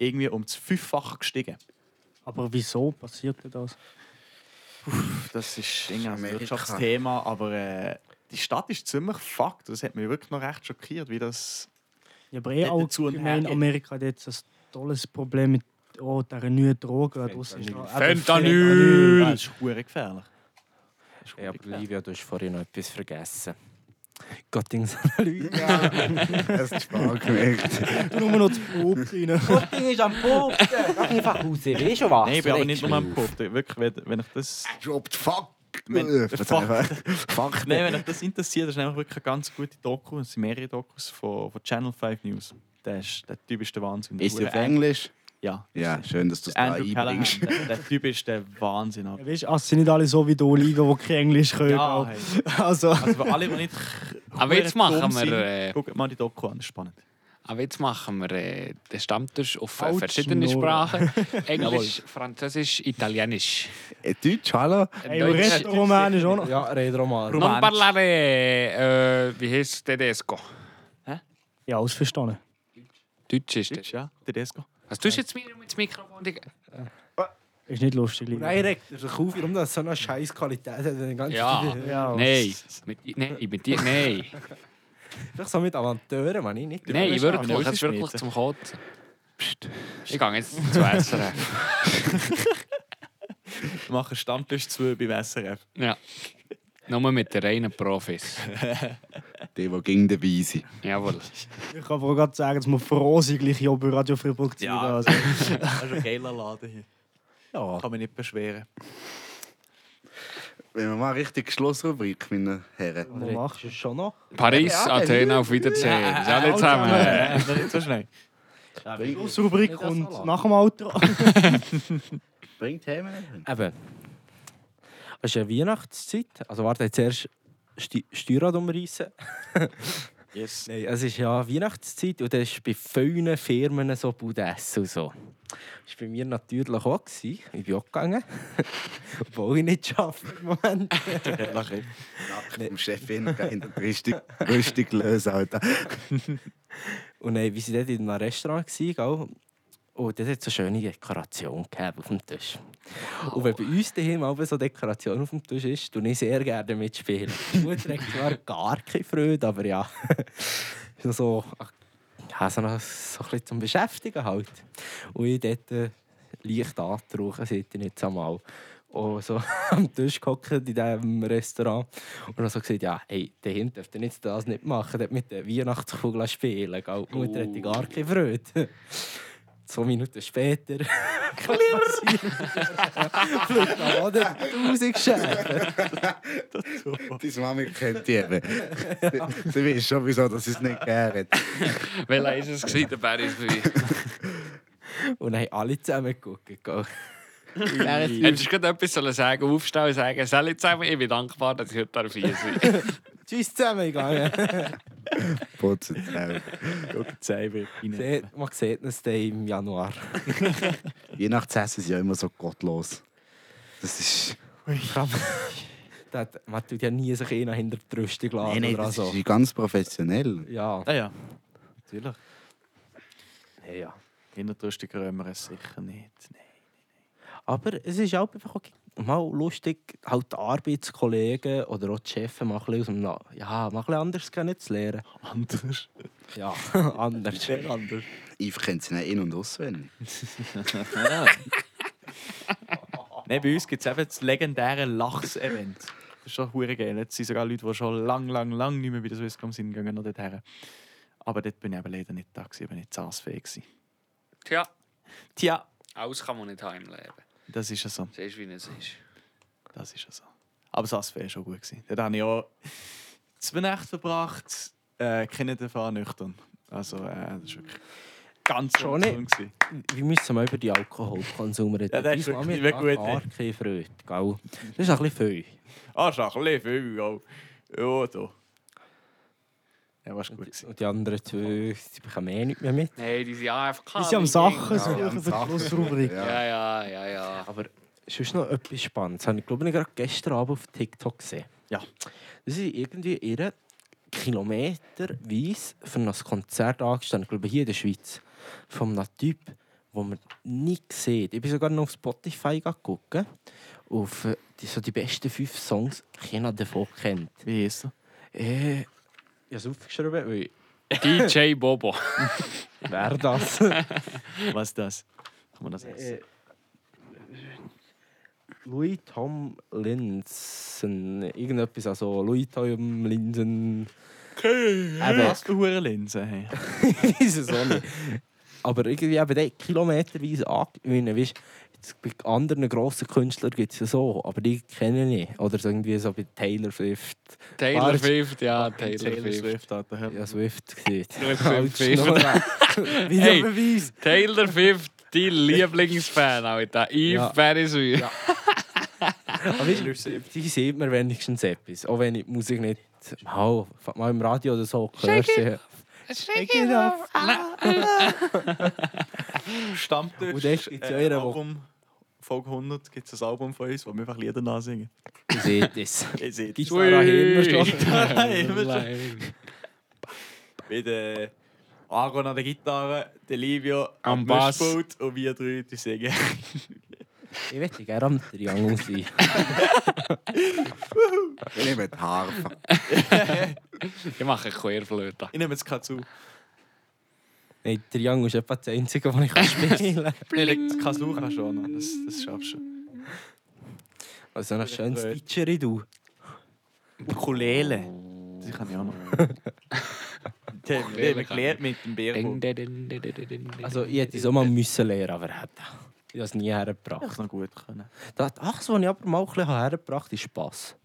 E: irgendwie um das Fünffache gestiegen.
D: Aber wieso passiert denn das?
E: Das ist irgendwie ein
G: Amerika.
E: Wirtschaftsthema, aber äh, die Stadt ist ziemlich fucked. Das hat mich wirklich noch recht schockiert, wie das.
D: Ja, aber eh
E: Dort dazu und
D: allgemein
E: her-
D: Amerika hat jetzt ein tolles Problem mit oh, dieser neuen Droge. die draussen ist.
E: Ah,
C: Fentanyl.
E: Das ist hure gefährlich. Das ist
F: Ja,
E: hure
F: aber
E: gefährlich.
F: Livia, du hast vorhin noch etwas vergessen. Gottings Analyse.
H: Ja, das ist Spaß gemerkt.
D: Eben, Nur noch zu Probe rein.
F: Gotting ist am Punkt! Geh einfach raus, weißt du was?
E: Nein, ich bin aber nicht nur am Puff. Wirklich, wenn, wenn ich das.
H: Dropped fuck.
E: Wenn-
H: Fuck.
E: Nein, wenn euch das interessiert, das ist nämlich wirklich eine ganz gute Doku. Es sind mehrere Dokus von, von Channel 5 News. Der, ist, der Typ ist der Wahnsinn. Der
H: Ist sie
E: hure
H: auf Englisch?
E: Ja.
H: Ja, schön, dass du es da
E: Andrew Callahan.
H: einbringst.
E: Der, der Typ ist der Wahnsinn.
D: Ja, Weißt du, es sind nicht alle so wie du, Liga, die kein Englisch können.
E: Ja, hey.
D: Also,
E: Also für alle, die nicht.
C: Aber jetzt
E: hure
C: machen
E: dumm
C: wir,
E: sind,
C: äh,
E: Guckt mal die Doku an, das ist spannend.
C: Aber jetzt machen wir äh, den Stammtisch auf äh,
D: Autsch,
C: verschiedene
D: Nora.
C: Sprachen. Englisch, Französisch, Italienisch.
H: Äh, Deutsch, hallo?
D: ey, und
C: Deutsch.
D: Restaurant auch noch.
F: Ja, red Romano.
C: Non parlare, äh, wie heißt Tedesco?
D: Ja, alles verstanden.
C: Deutsch ist das.
E: Deutsch, ja, Tedesco.
C: Was tust du jetzt mir mit dem Mikrofon? Digga?
D: Ist nicht lustig, Liga.
F: Nein, regt er sich auf, warum das so eine scheiß Qualität hat. Den ganzen
C: Ja.
D: Ja,
C: Nein, mit, nein, mit dir, nein.
F: Vielleicht so mit Avanteuren, man, ich nicht.
C: Nein, ich würde
E: aber
C: mich
E: das
C: jetzt
E: ist
C: wirklich
E: nicht.
C: zum Kotzen. Ich gehe jetzt zu SRF.
E: Wir machen Stammtisch 2 beim SRF.
C: ja. Nou, Nur mit den reinen Profis.
H: Die, die gegen dabei sind.
C: Jawohl.
D: Ich kann aber auch gerade sagen, dass wir froh sind, gleich hier bei Radio Freiburg zu sein.
E: Ja.
D: Also,
E: Das ist ein geiler Laden hier.
F: Ja.
E: Kann mich nicht beschweren.
H: Wenn wir mal richtig Schlussrubrik, meine Herren.
D: was machst
F: Ist schon noch?
C: Paris,
H: Ja, ja,
C: Athen, auf Wiedersehen. Alle zusammen.
E: Äh, nicht so schnell.
D: du? Schlussrubrik und nach dem Outro.
H: Bringt Themen.
F: Eben. Es ist ja Weihnachtszeit. Also warte, jetzt erst Sti- Steuerrad umreißen.
E: Yes.
F: Nein, es ist ja Weihnachtszeit und das ist bei vielen Firmen so Budessen und so. Das war bei mir natürlich auch. Gewesen. Ich bin auch gegangen. Obwohl ich nicht arbeite im Moment.
H: Vom Chef hin, hinter die Rüstung, Rüstung lösen, Alter.
F: Und dann, wir waren dort in einem Restaurant. Gewesen, gell? Und dort hat es eine schöne Dekoration gehabt auf dem Tisch. Und wenn bei uns daheim auch so Dekoration auf dem Tisch ist, tue ich sehr gerne mitspielen. Die Mutter trägt zwar gar keine Freude, aber ja. Ist noch so, ja, so, noch, so ein bisschen zum Beschäftigen halt. Und ich dort äh, leicht angetrunken, seit ich jetzt einmal. Und so am Tisch gehockt in diesem Restaurant. Und dann so gesagt, ja, hey, daheim dürft ihr jetzt das nicht machen, dort mit der Weihnachtskugel spielen. Gell? Die Mutter hätte gar keine Freude. Zwei Minuten später. Klirr! Fliegt da auch der Tausendschäfer.
H: Deine Mami kennt die eben. Sie- Sie weiß schon, wieso dass sie es nicht gern hat.
C: Welcher ist es gewesen, der Paris? Hättest
F: Und dann haben alle zusammen geguckt. Gell?
C: du gerade etwas sollen sagen aufstehen und sagen, «Salut zusammen, ich bin dankbar, dass ich heute darf hier sein
F: Tschüss zusammen gegangen.
H: Putzen die Zähne.
E: Guckt selber rein.
F: Seht- Man sieht es dann im Januar.
H: Weihnachtsessen ist ja immer so gottlos. Das ist.
F: Da hat- Man eh tut ja nie sich einer hinter die Rüstung laden
H: Nein, nein,
F: Ah, oder
H: das
F: so.
H: ist ganz professionell.
F: Ja.
E: Ah ja.
F: natürlich.
E: Ja, ja. Hintertrüstig römer es sicher nicht. Nein.
F: Aber es ist auch einfach okay. mal lustig, halt die Arbeitskollegen oder auch die Chefs mal ein bisschen aus dem Na ja, mal ein bisschen anders kennenzulernen.
E: Anders.
F: Ja, anders.
E: anders.
H: Ich kenne sie nicht in- und auswendig.
E: Nein, bei uns gibt es eben das legendäre Lachs-Event. Das ist schon hure geil. Jetzt sind sogar Leute, die schon lang, lang, lang nicht mehr bei der Swisscom sind, gehen noch dorthin. Aber dort bin ich eben leider nicht da, gewesen, ich war nicht zahlsfähig. gewesen.
C: Tja,
E: Tja,
C: alles kann man nicht heimleben.
E: das ist ja so.
C: Siehst du, wie es ist.
E: Das ist ja so. Aber Sassfee E war schon gut. Gewesen. Dort habe ich auch zwei Nächte verbracht, äh, keine davon nüchtern. Also, äh, das ist wirklich ganz
F: Schon
E: nüchtern gewesen.
F: Wir müssen mal über die Alkoholkonsum reden.
E: Ja, das ist
F: Deine Mami
E: wirklich nicht
F: hat
E: gut,
F: da Gar keine Freude, gell? Das ist ein bisschen viel.
E: Ah, ist auch ein bisschen viel, auch. Ja, da. Ja, war gut. Gewesen.
F: Und die anderen zwei, die bekommen eh nicht mehr mit.
C: Nein, die sind AFK.
D: Ist ja am
C: die
D: Sachen,
C: Kinder.
D: so
H: ja,
D: ja,
H: am
D: für die
H: Sachen.
D: Schlussrubrik.
C: Ja, ja, ja, ja.
F: Aber sonst noch etwas Spannendes. Das habe ich, glaube ich, gerade gestern Abend auf TikTok gesehen.
E: Ja.
F: Das ist irgendwie ihre kilometerweise für ein Konzert angestanden. Ich glaube, hier in der Schweiz. Von einem Typ, den man nie sieht. Ich bin sogar noch auf Spotify gegangen. Auf äh, die, so die besten fünf Songs, die keiner davon kennt.
E: Wie ist er?
F: Äh, ich habe es aufgeschrieben, weil...
C: DJ Bobo.
F: Wer das?
E: Was ist das? Kann man das essen?
F: Äh, Louis Tom Linsen. Irgendetwas, also Louis Tom Linsen. äh,
E: Eben. Was für hure Linse, Äh, hey.
F: Ich weiß es auch nicht. Aber irgendwie eben der kilometerweise angewinnen. Weißt jetzt bei anderen grossen Künstlern gibt es ja so, aber die kenne ich. nicht. Oder so irgendwie so bei Taylor Swift.
C: Taylor
F: Marge.
C: Swift, ja, Taylor
E: Taylor
C: Swift.
E: Swift hat er
F: Ja, Swift sieht. Halt
C: Taylor
F: nou
C: Swift. Hey.
F: Beweis.
C: Taylor Swift, dein Lieblingsfan, Alter. Yves
F: Ja.
C: Berisui. Ja.
F: Aber weisst du, die sieht mir wenigstens etwas. Auch wenn ich die Musik nicht mal, mal im Radio oder so gehört habe.
E: Stammtisch.
F: Und dort gibt's ja
E: äh,
F: einen, wo-
E: Album. Folge 100 gibt es ein Album von uns, wo wir einfach Lieder nachsingen.
F: Die sieht es.
E: Ihr seht
F: Gibt's Sarah Hilmer schon?
E: Wie der Aaron äh, an der Gitarre, der Livio
C: Am Bass.
E: Mischpult und wir drei, die singen.
F: Ich möchte gerne am Triangel sein.
H: Ich nehme die Harfe.
C: Ich mache Querflöte.
E: Ich nehme jetzt keinen zu.
F: Nein, Triangel ist etwa das Einzige, was ich spielen kann.
E: Bling. Kannst du auch schon an, das, das schaffst du.
F: Also ein schönes Didgeridoo.
E: Ukulele. Das kann ich auch noch. Der haben
C: Ukulele
E: wir
C: kann
E: gelernt mit dem Bärbuch.
F: Also ich hätte es auch mal müssen lernen, aber hätte. Ich habe es nie hergebracht.
E: Ich noch gut können.
F: Das, ach, das, was ich aber mal ein bisschen hergebracht habe, ist Spass.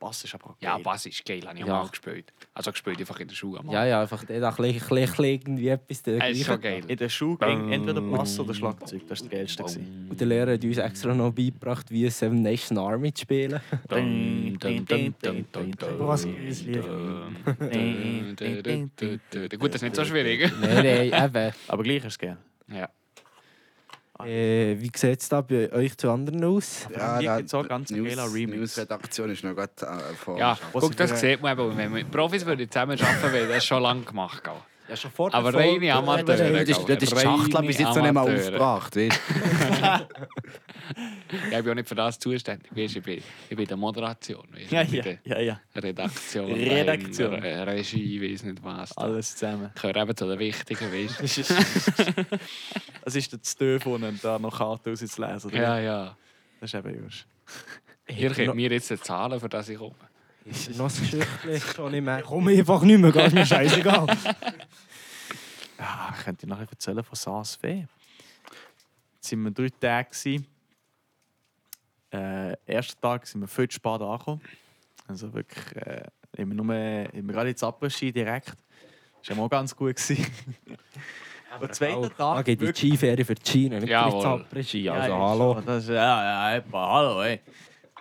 E: Bass ist aber auch
C: Ja,
E: geil.
C: Bass ist geil, habe ich auch
F: Ja.
C: mal gespielt. Also gespielt einfach in der Schule. am
F: Ja, ja, einfach der da ein bisschen, ein bisschen irgendwie etwas der
C: Abend. Es ist schon
F: gleichen.
C: geil.
E: In der Schule ging entweder Bass oder Schlagzeug. Das war das Geilste. gewesen.
F: Und der Lehrer hat uns extra noch beigebracht, wie Seven Nation Army zu spielen.
C: Dum, dum, dum, dum, dum, dum.
D: Aber was ist das Lied?
C: Dum, dum, dum, dum, dum. Gut, das ist nicht so schwierig.
F: Nein, nein, eben.
E: Aber gleich ist es geil.
C: Ja.
F: Äh, wie sieht es da bei euch zu anderen aus?
E: Ja, hier gibt's auch ganz einen
H: News-
E: geilen Remix.
H: News-Redaktion ist noch gerade äh,
G: Oh,
H: vor.
C: Ja,
E: Was
C: guck,
E: ich
C: das
E: für-
C: sieht man eben. Wenn wir Profis würden zusammen arbeiten würden, das schon lange gemacht. Gell.
F: Ja, schon vor
C: Aber reine Amateure.
H: Das ist, das ist die Schachtel bis jetzt noch nicht mal aufgebracht. Weißt? du.
C: Ja, ich bin auch nicht für das zuständig. Weißt, ich, bin, ich bin der Moderation, weißt,
E: Ja,
C: ich bin
E: ja, ja, ja.
C: der Redaktion,
E: Redaktion. Also-
C: dahinter, Re- Regie, weiß nicht was. Da.
E: Alles zusammen.
C: Ich gehöre eben zu den Wichtigen, weißt du?
E: Es ist das Döfon und da noch um Karte rauszulesen. oder?
C: Ja, ja.
E: Das ist eben just.
C: Ihr könnt
F: noch-
C: mir jetzt zahlen, für das ich komme.
F: Noch ein Geschichtchen, schon nicht mehr.
D: Komm einfach nicht mehr, ist mir scheißegal.
E: Ja, ich könnte Ah, nachher erzählen von Sans Fee. Jetzt waren wir drei Tage. gewesen. Äh, ersten Tag sind wir viel zu spät angekommen. Also wirklich, äh, immer nur, immer gerade jetzt abgeschieden direkt. Das war ja mal ganz gut. gewesen. Am zweiten
F: Da
E: Tag.
F: ah, geht die
E: wirklich-
F: Skiferie für die China, nicht für die
C: Jawohl.
F: Zapprischi.
E: Ja,
F: Also,
E: ja,
F: hallo.
E: schon. Das ist, ja, ja, etwa, hallo, ey.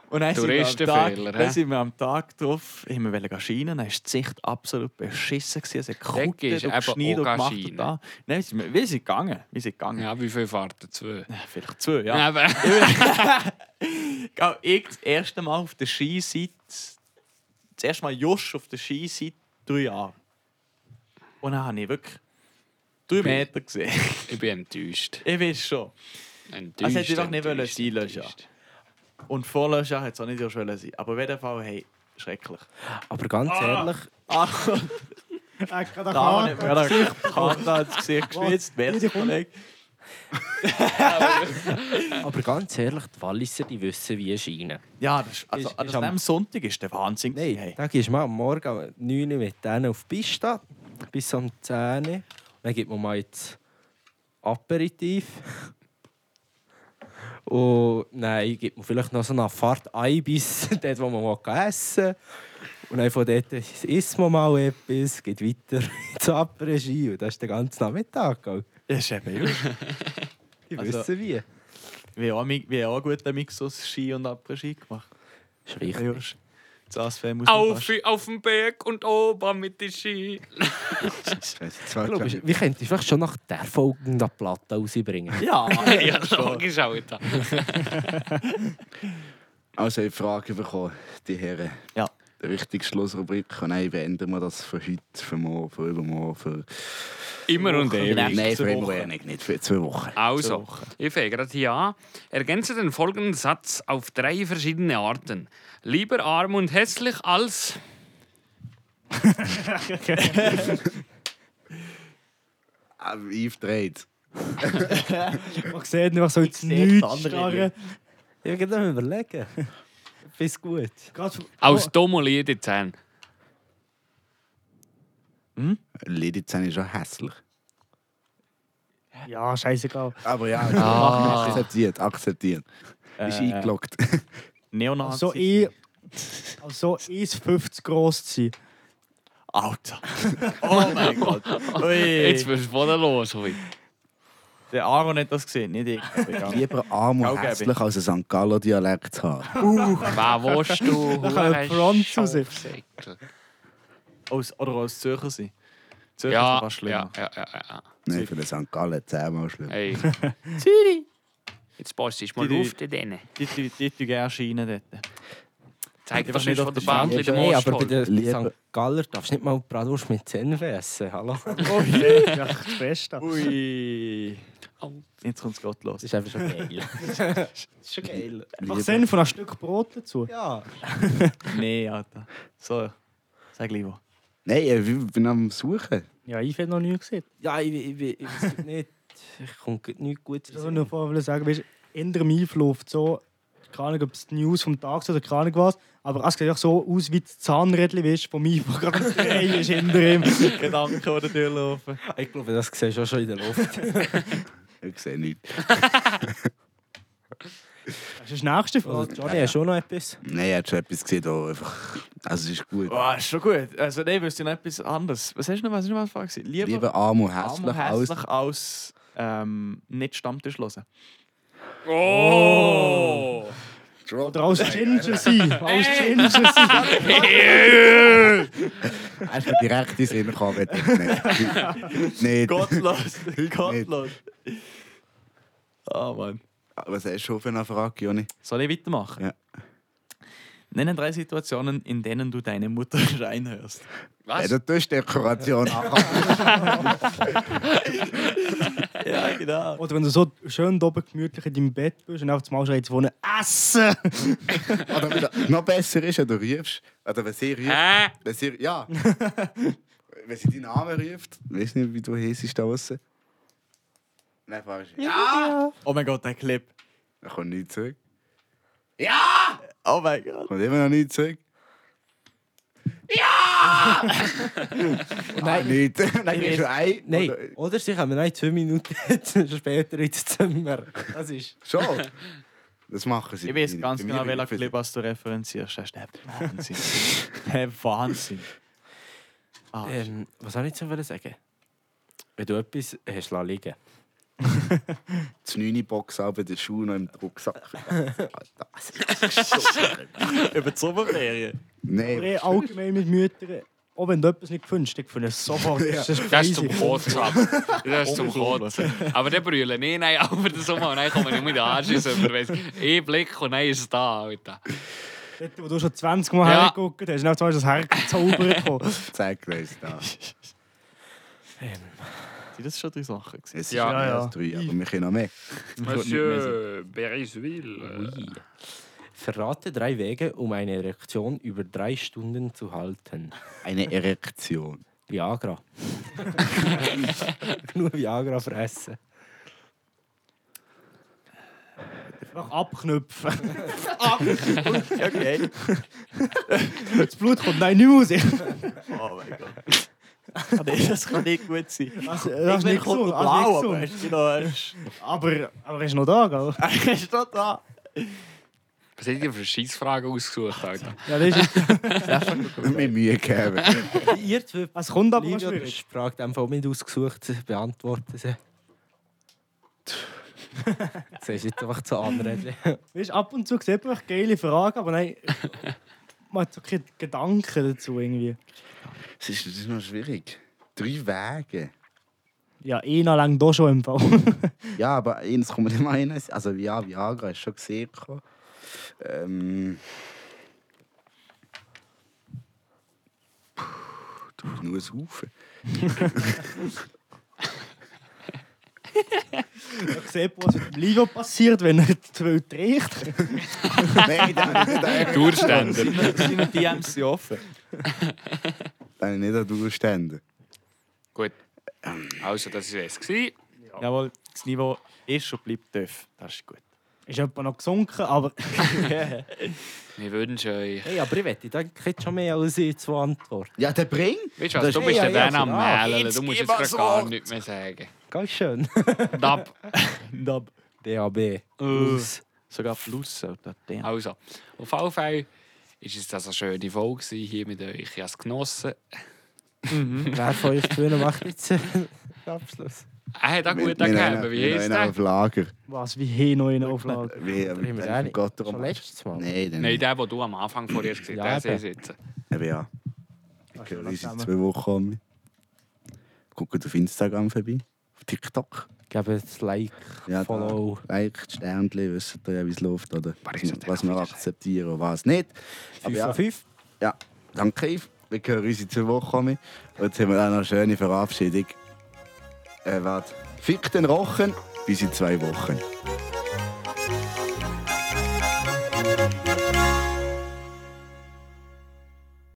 E: Und dann sind, wir am Tag,
C: Touristenfehler, hä?
E: dann sind wir am Tag drauf, haben wir wollen schienen, dann war die Sicht absolut beschissen. Gewesen. Es hat gekuttet
C: ist
E: und
C: eben
E: geschneit und
C: auch
E: gemacht
C: schienen.
E: und da. Dann sind wir, wir sind gegangen, wir sind gegangen.
C: Ja, wie viel fahren zwei?
E: Ja, Vielleicht zwei, ja.
C: Ja. Aber,
E: Gell, ich das erste Mal auf der Ski seit. Das erste Mal Josch auf der Ski seit drei Jahren. Und dann habe ich wirklich drei Meter gesehen.
C: Ich bin enttäuscht.
E: Ich weiß schon.
C: enttäuscht
E: Also hätte ich doch nicht wollen
C: enttäuscht,
E: sein lassen.
C: enttäuscht.
E: Und vorlöschen hätte es auch nicht so schön sein. Aber auf jeden Fall, hey, schrecklich.
F: Aber ganz
E: Ah.
F: ehrlich,
E: Ach,
D: Er hat gerade
E: Kamera
D: eine
E: nicht mehr. Kamera ins Gesicht geschwitzt. Merci, Kollege.
F: aber ganz ehrlich, die Walliser die wissen, wie es scheint.
E: Ja, das, also,
F: Ist-
E: an
F: ist am-
E: diesem Sonntag ist der Wahnsinn.
F: Nein,
E: Hey.
F: dann gehst du mal am Morgen um 9 Uhr mit denen auf die Piste bis um 10 Uhr. Und Dann gibt man mal jetzt Aperitif. Und nein, gibt man vielleicht noch so eine Fahrt Eibis, dort wo man mal essen will. Und dann von dort isst man mal etwas, geht weiter ins Aperegie und das ist der ganze Nachmittag. gell?
E: Das ist eben übel.
F: Die
E: Also-
F: wissen wie.
E: Wir haben auch, mi- wir haben auch einen guten Mix aus Ski und Après-Ski gemacht.
F: Ist richtig.
E: Jürsch, Das Asphäre muss man
C: Auf,
E: fast-
C: auf dem Berg und oben mit den Ski.
F: Ich glaube, ich- wir könnten vielleicht schon nach der Folge eine Platte rausbringen.
E: Ja,
C: ja, logisch, Alter.
G: Also, ich frage bekommen, die Herren.
E: Ja.
G: Die richtige Schlussrubrik. Und nein, beenden wir das für heute, für morgen, für übermorgen, für.
C: Immer
E: Oh.
C: und ewig.
G: genau. Nein, für
E: Woche.
G: immer nicht, nicht für zwei Wochen.
C: Also, ich fange gerade hier an. Ergänze den folgenden Satz auf drei verschiedene Arten. Lieber arm und hässlich als...
G: Ah, Yves dreht.
D: Man sieht einfach so ins
E: sehe die
D: Nichts
E: andere
D: starren.
F: Ich kann überlegen. Bis gut.
D: Gerade
C: Aus
E: Oh.
C: Domoli die Zähne.
G: Lidizen ist schon hässlich.
D: Ja, scheißegal.
G: Aber ja, Ah. akzeptiert, akzeptiert.
E: Äh,
G: Ist eingeloggt.
E: Neonazi.
D: So eh. Also, so 1,50 groß zu sein.
E: Alter. Oh mein Gott.
C: Jetzt
E: Ui.
C: wirst du von der los. Hui.
E: Der Aaron hat das gesehen, nicht ich. Aber egal.
G: Lieber arm und
E: Gell, Gabi?
G: hässlich als ein St. Galler Dialekt zu haben.
C: Wer willst du?
D: kommt Franz raus.
C: Schaufsäckel.
E: Aus, oder aus Zürcher sein. Zürcher ist noch
C: Ja, ja,
E: fast schlimmer.
C: ja, ja, ja.
G: Nein, für den St. Galler zehnmal
E: Äh.
G: schlimm.
C: Hey. Jetzt passt es mal
E: Die- die-
C: auf, die denen.
E: Die Die die tun gerne Schienen dort.
C: Zeig
E: Einfach
C: was dus
E: nicht
C: ist
E: auf
C: von der
E: die
C: Bahn mit dem
F: Nein, aber bei
C: Ostholz.
F: der
G: Lieber-
F: St. Galler darfst du nicht mal Bratwurst mit Senf essen. Hallo?
D: Ja, das Beste.
E: Ui.
C: Oh.
E: Jetzt kommt es Gott los.
F: Das ist einfach schon geil. das ist schon geil.
D: Einfach Senf und ein Stück Brot dazu.
F: Ja.
E: Nee, Alter. So, sag lieber.
G: Nein, ich bin am Suchen.
D: Ja, ich hätte noch nie gesehen.
F: Ja, ich, ich, ich, ich weiß nicht. Ich komme grad nichts Gutes.
D: Das wollte ich noch vorher sagen. Weißt, in dem Einfluss, so, keine Ahnung, ob es die News vom Tag sind oder keine Ahnung was, aber es sieht auch so aus wie das Zahnrädchen, weißt, vom Einfluss gerade drei ist hinter ihm.
E: Gedanken, die durchlaufen.
F: Ich glaube, das siehst du auch schon in der Luft.
G: Ich sehe nichts.
D: Das ist die nächste
F: Also,
D: Frage.
F: Johnny, hast du auch noch etwas?
G: Nein, er hat schon etwas gesehen, da einfach. Also, es ist gut.
E: Boah, ist schon gut. Also, nein, wüsste ich noch etwas anderes. Was hast du noch, was ist noch mal gefragt? Lieber,
G: Lieber arm und
E: arm
G: hässlich,
E: und
G: als.
E: hässlich als ähm, nicht Stammtisch hören.
C: Oh!
D: Oder aus Ginger sein. Aus Ginger sein.
G: Hast du direkt ins Sinn gekommen? wenn du- Nicht. Nicht.
E: Gottlos, gottlos. Ah, Mann.
G: Was hast du schon für eine Frage, Joni?
E: Soll ich weitermachen?
G: Ja.
E: Nenne drei Situationen, in denen du deine Mutter schreien hörst.
G: Ja,
C: Was?
G: du tust Dekoration ab.
E: Ja, genau.
D: Oder wenn du so schön da oben gemütlich in deinem Bett bist und auf einmal schreit zu wohnen, essen!
G: Oder wieder, noch besser ist, wenn du rufst. Oder wenn sie ruft.
C: Hä?
G: Wenn sie, ja. wenn sie deinen Namen ruft. Ich weiß nicht, wie du heißt da draußen. Nein, falsch. Ja!
E: Oh mein Gott, der Clip.
G: Er kommt nicht zurück.
E: Oh mein Gott.
G: Kommt immer noch nicht zurück. Ja! Nein, nicht. Nein, ich schon ein.
E: Oh,
F: Nein.
G: Oder-
F: Ah, Oder sie kommen noch nou in zwei Minuten später ins Zimmer. Das ist.
G: Schon. Das machen sie.
E: Ich weiß
G: Bei
E: ganz
G: mir
E: genau, welcher
G: rufen sie.
E: Clip was du referenzierst. Das ist der Wahnsinn. der Wahnsinn. Ah,
F: Ähm, was soll ich jetzt noch sagen? Wenn du etwas hast, lass liegen.
G: Die 9 Box aber den Schuh noch im Rucksack. Das ist so schlimm.
E: über die Sommerferien.
D: Aber
G: Nein.
D: eh allgemein mit Müttern, auch wenn du etwas nicht gewünscht, ich finde es sofort. Das ist
C: Das ist
D: crazy.
C: zum Kotzen. ab. Das ist zum Kotzen. Aber dann brüllen nee, nein, aber das Sommer und dann kommen wir nicht mit den Arsch ins Ich blick und dann ist es da, Alter.
D: Dort, wo du schon 20 Mal
C: Ja.
D: hergeguckt hast, hast du das Herz zaubern gekommen.
G: Zeig dir das da.
E: Die
H: Sind das schon drei Sachen? gewesen?
G: Es
C: Ja.
G: ist mehr
D: Ja, ja.
G: als drei, aber wir können noch mehr.
C: Monsieur
E: Äh,
C: Berisville.
F: Ui. Verrate drei Wege, um eine Erektion über drei Stunden zu halten.
G: Eine Erektion.
F: Viagra. Nur Viagra fressen.
D: Einfach abknüpfen.
E: Okay.
D: Das Blut kommt nein, nicht raus.
E: Oh mein Gott. nee, das kann nicht gut sein.
D: Das, das ist
E: Irgendwann
D: nicht
E: kommt
D: gesund.
E: noch
D: das
E: blau,
D: ist
E: aber
D: nicht
E: hast du genau, noch...
D: gesund. Aber,
E: hast-
D: aber er ist noch da, gell?
E: Er ist noch da.
C: Was habt ihr für Scheissfragen ausgesucht, Alter?
D: Ja, das ist,
G: Und mir Mühe gegeben.
F: Ihr zwei
D: es kommt aber
F: Livio, du
D: schwierig.
F: hast die Frage dem Fall nicht ausgesucht, sie beantworten sie. Das ist jetzt einfach zu anreden.
D: Weißt, du, ab und zu sieht man echt geile Fragen, aber nein, man hat so keine Gedanken dazu irgendwie.
H: Es ist, das ist noch schwierig. Drei Wege.
D: Ja, eh noch lang da schon im Fall.
G: Ja, aber eins kommt immer eines. Also ja, Viagra ist schon gesehen. gekommen. Ähm. Puh, du nur ein Haufen.
D: Ich sehe, was mit dem Livio passiert, wenn er die Welt dreht.
G: Nein, dann habe ich nicht an-
C: Durchständer.
E: Sind die DMs sind offen?
G: dann habe ich nicht an Durchstände.
C: Gut. Also, das war es. gewesen.
E: Jawohl, das Niveau ist und bleibt tief. Das ist gut.
D: Ist jemand noch gesunken, aber
C: Wir wünschen euch.
F: Hey, aber ich wette, da kriegt schon mehr als ich zwei Antworten.
G: Ja, der bring!
C: Weißt du was, du
F: ist-
C: bist ja
F: Ja, ja,
C: dann am
F: ja.
C: Mählen. Du musst jetzt grad gar nichts mehr sagen.
F: Ganz schön.
C: Dab.
E: Dab.
F: DAB.
E: Äh.
F: Aus.
E: Sogar Plus, Alter. Damn.
C: Also, auf jeden Fall ist es das eine schöne Folge gewesen hier mit euch. Ich habe es genossen.
F: Wer von euch zwei macht jetzt einen Abschluss?
C: Er hat auch gut gegeben. Wie heisst der?
G: auf Lager.
D: was, wie hier noch in Auflage.
G: Wie,
F: Oder haben wir
G: wenn
F: den
G: Gott darum
F: Schon
G: hast.
F: letztes Mal.
G: Nein, dann
C: Nein, der, den du am Anfang vorher gesehen
F: Ja,
C: hast. Der
F: eben.
C: sehe ich jetzt.
G: Eben ja. eh, Ich höre uns in zwei Wochen an. Guckt auf Instagram vorbei. Auf TikTok.
F: Gebt ein Like,
G: Ja, da.
F: Follow.
G: Like, Sternchen, wisst ihr eh, ja, wie es läuft. Oder
C: Paris hat
G: was wir
C: auch wieder
G: akzeptieren und was nicht. Aber
F: 5
G: ja,
F: von 5.
G: ja, danke. Yves. Wir hören uns in zwei Wochen an. Und jetzt haben wir auch noch eine schöne eh, Verabschiedung. Äh, warte. Fick den Rochen. Bis in zwei Wochen.